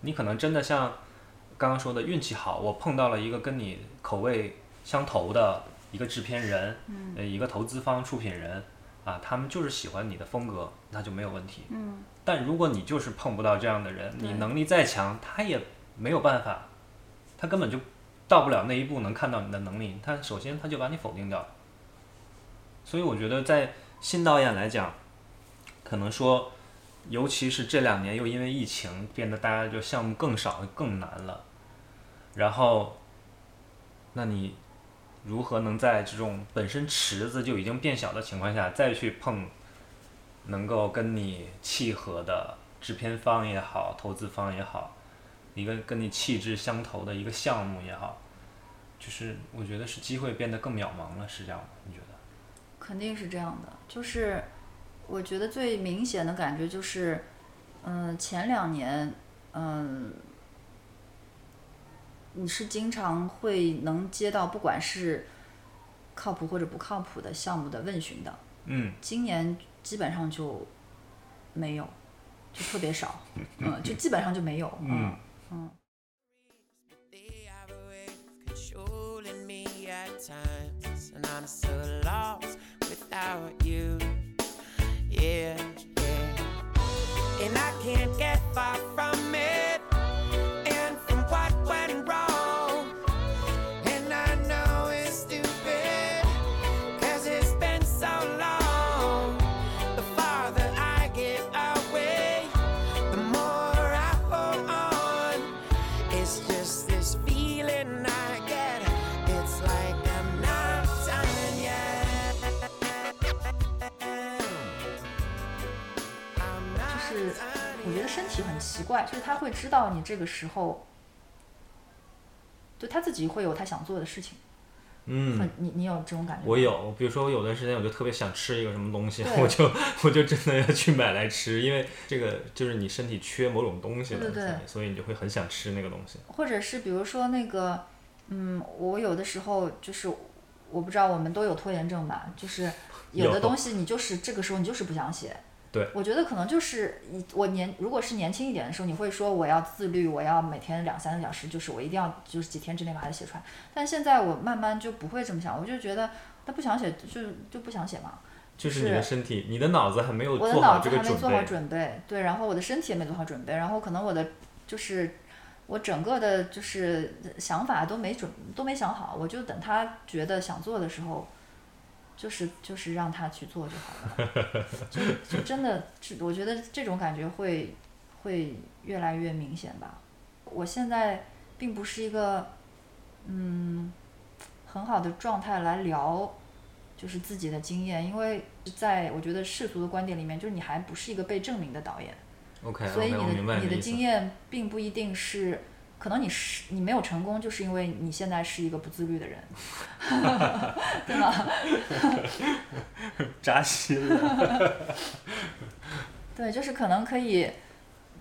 Speaker 1: 你可能真的像刚刚说的运气好，我碰到了一个跟你口味相投的一个制片人，
Speaker 2: 嗯
Speaker 1: 呃，一个投资方、出品人啊，他们就是喜欢你的风格，那就没有问题。
Speaker 2: 嗯，
Speaker 1: 但如果你就是碰不到这样的人，
Speaker 2: 对
Speaker 1: 你能力再强，他也没有办法，他根本就到不了那一步，能看到你的能力。他首先他就把你否定掉。所以我觉得在新导演来讲，可能说，尤其是这两年又因为疫情，变得大家就项目更少、更难了。然后，那你如何能在这种本身池子就已经变小的情况下，再去碰能够跟你契合的制片方也好，投资方也好，一个跟你气质相投的一个项目也好，就是我觉得是机会变得更渺茫了，是这样吗？你觉得？
Speaker 2: 肯定是这样的，就是我觉得最明显的感觉就是，嗯、前两年，嗯、你是经常会能接到不管是靠谱或者不靠谱的项目的问询的，
Speaker 1: 嗯
Speaker 2: 今年基本上就没有，就特别少，嗯，就基本上就没有，嗯
Speaker 5: They are away, controlling me at times, and I'm so lost without you. Yeah, yeah. And I can't get far from it, and from what went wrong. And I know it's stupid, cause it's been so long. The farther I get away, the more I hold on. It's just this feeling I get. It's like I'm not done yet. I'm
Speaker 2: 就是
Speaker 5: not done
Speaker 2: 我觉得身体很奇怪，就是他会知道你这个时候，就他自己会有他想做的事情。很
Speaker 1: 嗯，
Speaker 2: 呃你你有这种感觉吗？
Speaker 1: 我有，比如说我有段时间我就特别想吃一个什么东西，
Speaker 2: 对
Speaker 1: 我就我就真的要去买来吃，因为这个就是你身体缺某种东西了，
Speaker 2: 对对对
Speaker 1: 所以所以你就会很想吃那个东西。
Speaker 2: 或者是比如说那个，嗯，我有的时候就是我不知道我们都有拖延症吧， 就是有的
Speaker 1: 有
Speaker 2: 东西你就是这个时候你就是不想写。
Speaker 1: 对
Speaker 2: 我觉得可能就是你我年如果是年轻一点的时候，你会说我要自律，我要每天两三个小时，就是我一定要就是几天之内把它写出来。但现在我慢慢就不会这么想，我就觉得那不想写就就不想写嘛。
Speaker 1: 就是你的
Speaker 2: 是
Speaker 1: 身体，你的脑子还没有
Speaker 2: 我的
Speaker 1: 做
Speaker 2: 脑
Speaker 1: 好
Speaker 2: 子
Speaker 1: 这个
Speaker 2: 还没
Speaker 1: 准
Speaker 2: 做好
Speaker 1: 备，
Speaker 2: 准备，对，然后我的身体也没做好准备，然后可能我的就是我整个的就是想法都没准都没想好，我就等他觉得想做的时候，就是就是让他去做就好了，就就真的，这我觉得这种感觉会会越来越明显吧。我现在并不是一个嗯很好的状态来聊就是自己的经验，因为在我觉得世俗的观点里面，就是你还不是一个被证明的导演，
Speaker 1: OK，
Speaker 2: 所以
Speaker 1: OK，我哎
Speaker 2: 你
Speaker 1: 明白
Speaker 2: 的你
Speaker 1: 的
Speaker 2: 的
Speaker 1: 意思
Speaker 2: 经。验并不一定是，可能你是你没有成功，就是因为你现在是一个不自律的人，对吗？
Speaker 1: 扎心了。
Speaker 2: 对，就是可能可以，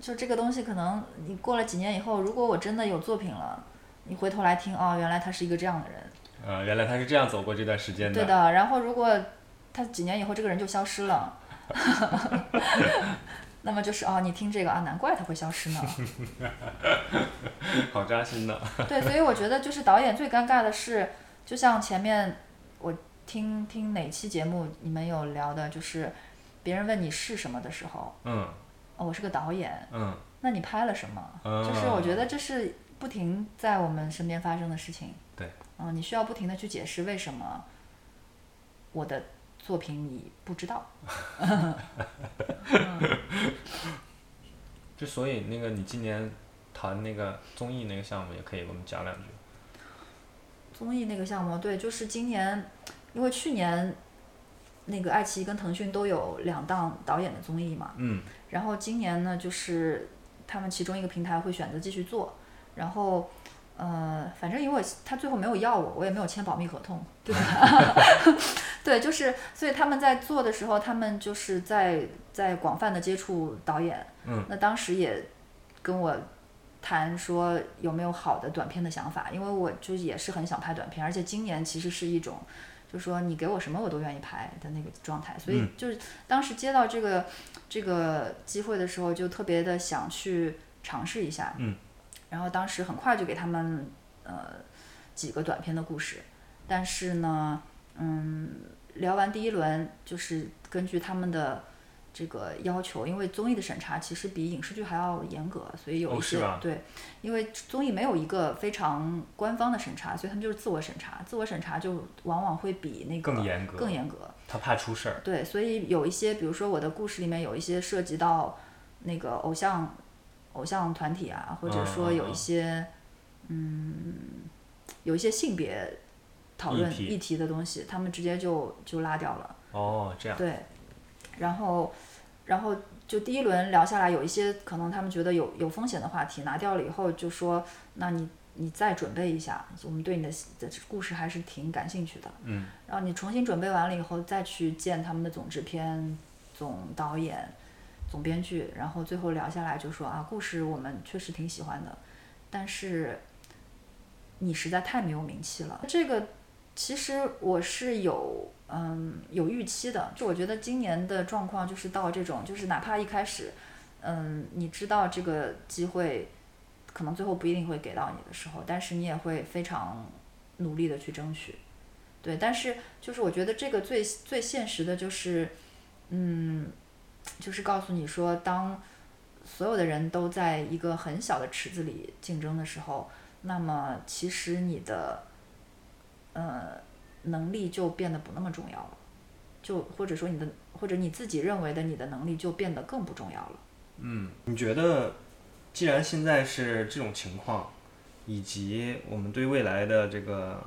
Speaker 2: 就这个东西，可能你过了几年以后，如果我真的有作品了，你回头来听，哦，原来他是一个这样的人，
Speaker 1: 呃，原来他是这样走过这段时间的。
Speaker 2: 对的。然后如果他几年以后这个人就消失 了，那么就是哦，你听这个啊，难怪他会消失 呢。
Speaker 1: 好扎心的。
Speaker 2: 对，所以我觉得就是导演最尴尬的是，就像前面我听听哪期节目你们有聊的，就是别人问你是什么的时候，
Speaker 1: 嗯
Speaker 2: 哦，我是个导演，
Speaker 1: 嗯，
Speaker 2: 那你拍了什么？就是我觉得这是不停在我们身边发生的事情。
Speaker 1: 对，
Speaker 2: 嗯，你需要不停的去解释为什么我的作品你不知道。
Speaker 1: 之所以那个你今年谈那个综艺那个项目，也可以给我们讲两句。
Speaker 2: 综艺那个项目，对，就是今年，因为去年那个爱奇艺跟腾讯都有两档导演的综艺嘛，
Speaker 1: 嗯
Speaker 2: 然后今年呢，就是他们其中一个平台会选择继续做，然后。呃，反正因为我他最后没有要我，我也没有签保密合同，对吧？ 对，就是所以他们在做的时候，他们就是在在广泛的接触导演，
Speaker 1: 嗯，
Speaker 2: 那当时也跟我谈说有没有好的短片的想法，因为我就也是很想拍短片，而且今年其实是一种，就是说你给我什么我都愿意拍的那个状态，所以
Speaker 1: 嗯
Speaker 2: 就是当时接到这个这个机会的时候，就特别的想去尝试一下，
Speaker 1: 嗯，
Speaker 2: 然后当时很快就给他们呃几个短片的故事，但是呢，嗯，聊完第一轮，就是根据他们的这个要求，因为综艺的审查其实比影视剧还要严格，所以有
Speaker 1: 哦
Speaker 2: 一
Speaker 1: 是
Speaker 2: 些、
Speaker 1: 吧
Speaker 2: 对，因为综艺没有一个非常官方的审查，所以他们就是自我审查，自我审查就往往会比那个
Speaker 1: 更严格
Speaker 2: 更严格。
Speaker 1: 他怕出事儿，
Speaker 2: 对，所以有一些，比如说我的故事里面有一些涉及到那个偶像偶像团体啊，或者说
Speaker 1: 嗯
Speaker 2: 有一些嗯，有一些性别讨
Speaker 1: 议
Speaker 2: 论
Speaker 1: 题
Speaker 2: 议题的东西，他们直接就就拉掉了。
Speaker 1: 哦，这样，
Speaker 2: 对，然后然后就第一轮聊下来，有一些可能他们觉得有有风险的话题拿掉了以后，就说那你你再准备一下，我们对你的的故事还是挺感兴趣的。
Speaker 1: 嗯，
Speaker 2: 然后你重新准备完了以后，再去见他们的总制片、总导演、总编剧，然后最后聊下来就说啊，故事我们确实挺喜欢的，但是你实在太没有名气了。这个其实我是有嗯有预期的，就我觉得今年的状况就是到这种，就是哪怕一开始嗯你知道这个机会可能最后不一定会给到你的时候，但是你也会非常努力的去争取。对，但是就是我觉得这个最最现实的就是，嗯，就是告诉你说，当所有的人都在一个很小的池子里竞争的时候，那么其实你的呃能力就变得不那么重要了，就或者说你的或者你自己认为的你的能力就变得更不重要了。
Speaker 1: 嗯，你觉得，既然现在是这种情况，以及我们对未来的这个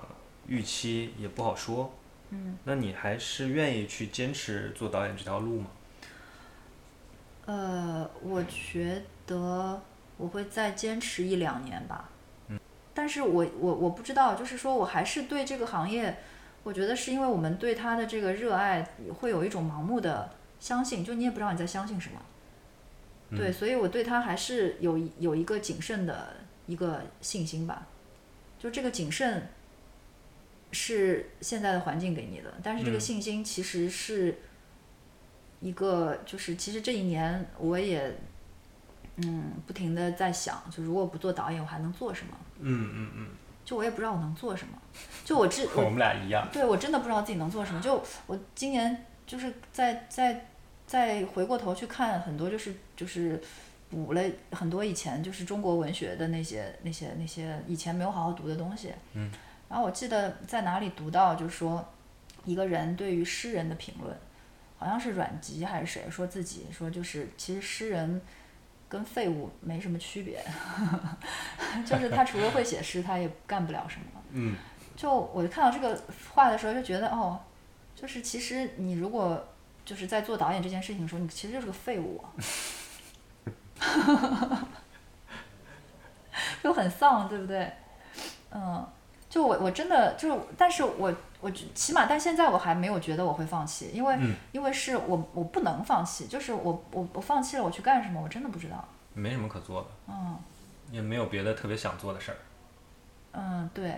Speaker 1: 预期也不好说，嗯，那你还是愿意去坚持做导演这条路吗？
Speaker 2: 呃，我觉得我会再坚持一两年吧。但是我我我不知道，就是说我还是对这个行业，我觉得是因为我们对它的这个热爱，会有一种盲目的相信，就你也不知道你在相信什么。对，所以我对它还是有一有一个谨慎的一个信心吧。就这个谨慎是现在的环境给你的，但是这个
Speaker 1: 嗯
Speaker 2: 信心其实是一个，就是其实这一年我也嗯不停的在想，就如果不做导演，我还能做什么？
Speaker 1: 嗯嗯嗯，
Speaker 2: 就我也不知道我能做什么，就我知
Speaker 1: 我
Speaker 2: 我
Speaker 1: 们俩一样，
Speaker 2: 对我真的不知道自己能做什么。就我今年就是在在再回过头去看很多，就是就是补了很多以前就是中国文学的那些那些那些以前没有好好读的东西。
Speaker 1: 嗯。
Speaker 2: 然后我记得在哪里读到，就是说一个人对于诗人的评论，好像是阮籍还是谁说自己说就是其实诗人。跟废物没什么区别， 就是他除了会写诗，他也干不了什么。
Speaker 1: 嗯，
Speaker 2: 就我看到这个话的时候，就觉得哦，就是其实你如果就是在做导演这件事情的时候，你其实就是个废物、啊， 就很丧，对不对？嗯，就我我真的就是，但是我我起码但现在我还没有觉得我会放弃，因为、
Speaker 1: 嗯
Speaker 2: 因为是我我不能放弃，就是我我我放弃了我去干什么，我真的不知道。
Speaker 1: 没什么可做的，
Speaker 2: 嗯
Speaker 1: 也没有别的特别想做的事儿。
Speaker 2: 嗯，对。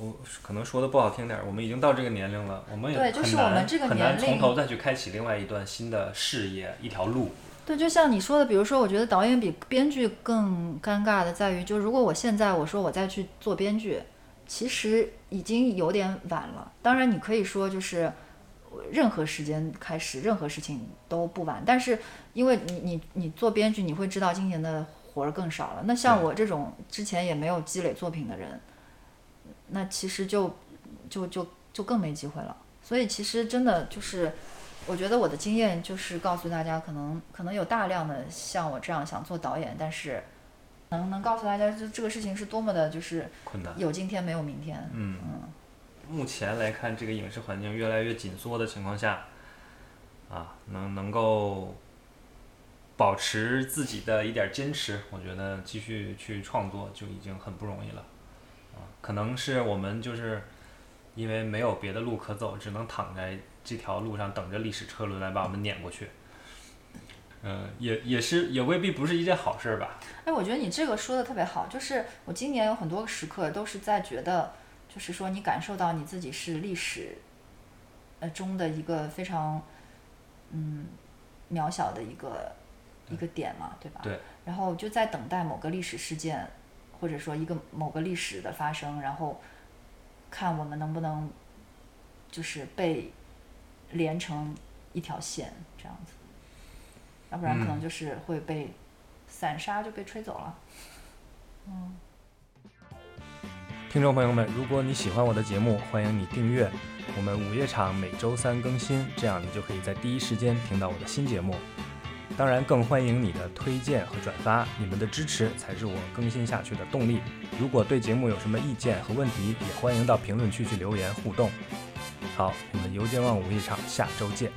Speaker 1: 我可能说的不好听点儿，我们已经到这个年龄了，我们也
Speaker 2: 对
Speaker 1: 很
Speaker 2: 就是
Speaker 1: 难
Speaker 2: 我们这个
Speaker 1: 很难
Speaker 2: 年
Speaker 1: 从
Speaker 2: 龄
Speaker 1: 头再去开启另外一段新的事业一条路。
Speaker 2: 对，就像你说的，比如说，我觉得导演比编剧更尴尬的在于，就如果我现在我说我再去做编剧，其实已经有点晚了。当然，你可以说就是呃任何时间开始，任何事情都不晚。但是，因为你你你做编剧，你会知道今年的活儿更少了。那像
Speaker 1: 对
Speaker 2: 我这种之前也没有积累作品的人，那其实就就就就更没机会了。所以，其实真的就是。我觉得我的经验就是告诉大家，可能可能有大量的像我这样想做导演，但是能能告诉大家，就这个事情是多么的，就是
Speaker 1: 困难。
Speaker 2: 有今天没有明天。
Speaker 1: 嗯，目前来看，这个影视环境越来越紧缩的情况下，啊，能能够保持自己的一点坚持，我觉得继续去创作就已经很不容易了。啊，可能是我们就是因为没有别的路可走，只能躺在这条路上等着历史车轮来把我们碾过去。嗯、也也是也未必不是一件好事儿吧。
Speaker 2: 哎，我觉得你这个说的特别好，就是我今年有很多个时刻都是在觉得，就是说你感受到你自己是历史，呃中的一个非常，嗯，渺小的一个一个点嘛，对吧？
Speaker 1: 对。
Speaker 2: 然后就在等待某个历史事件，或者说一个某个历史的发生，然后看我们能不能就是被连成一条线这样子，要不然可能就是会被散沙就被吹走了。
Speaker 1: 听众朋友们，如果你喜欢我的节目，欢迎你订阅。我们午夜场每周三更新，这样你就可以在第一时间听到我的新节目。当然，更欢迎你的推荐和转发，你们的支持才是我更新下去的动力。如果对节目有什么意见和问题，也欢迎到评论区去留言互动。好，我们邮件望午夜场下周见。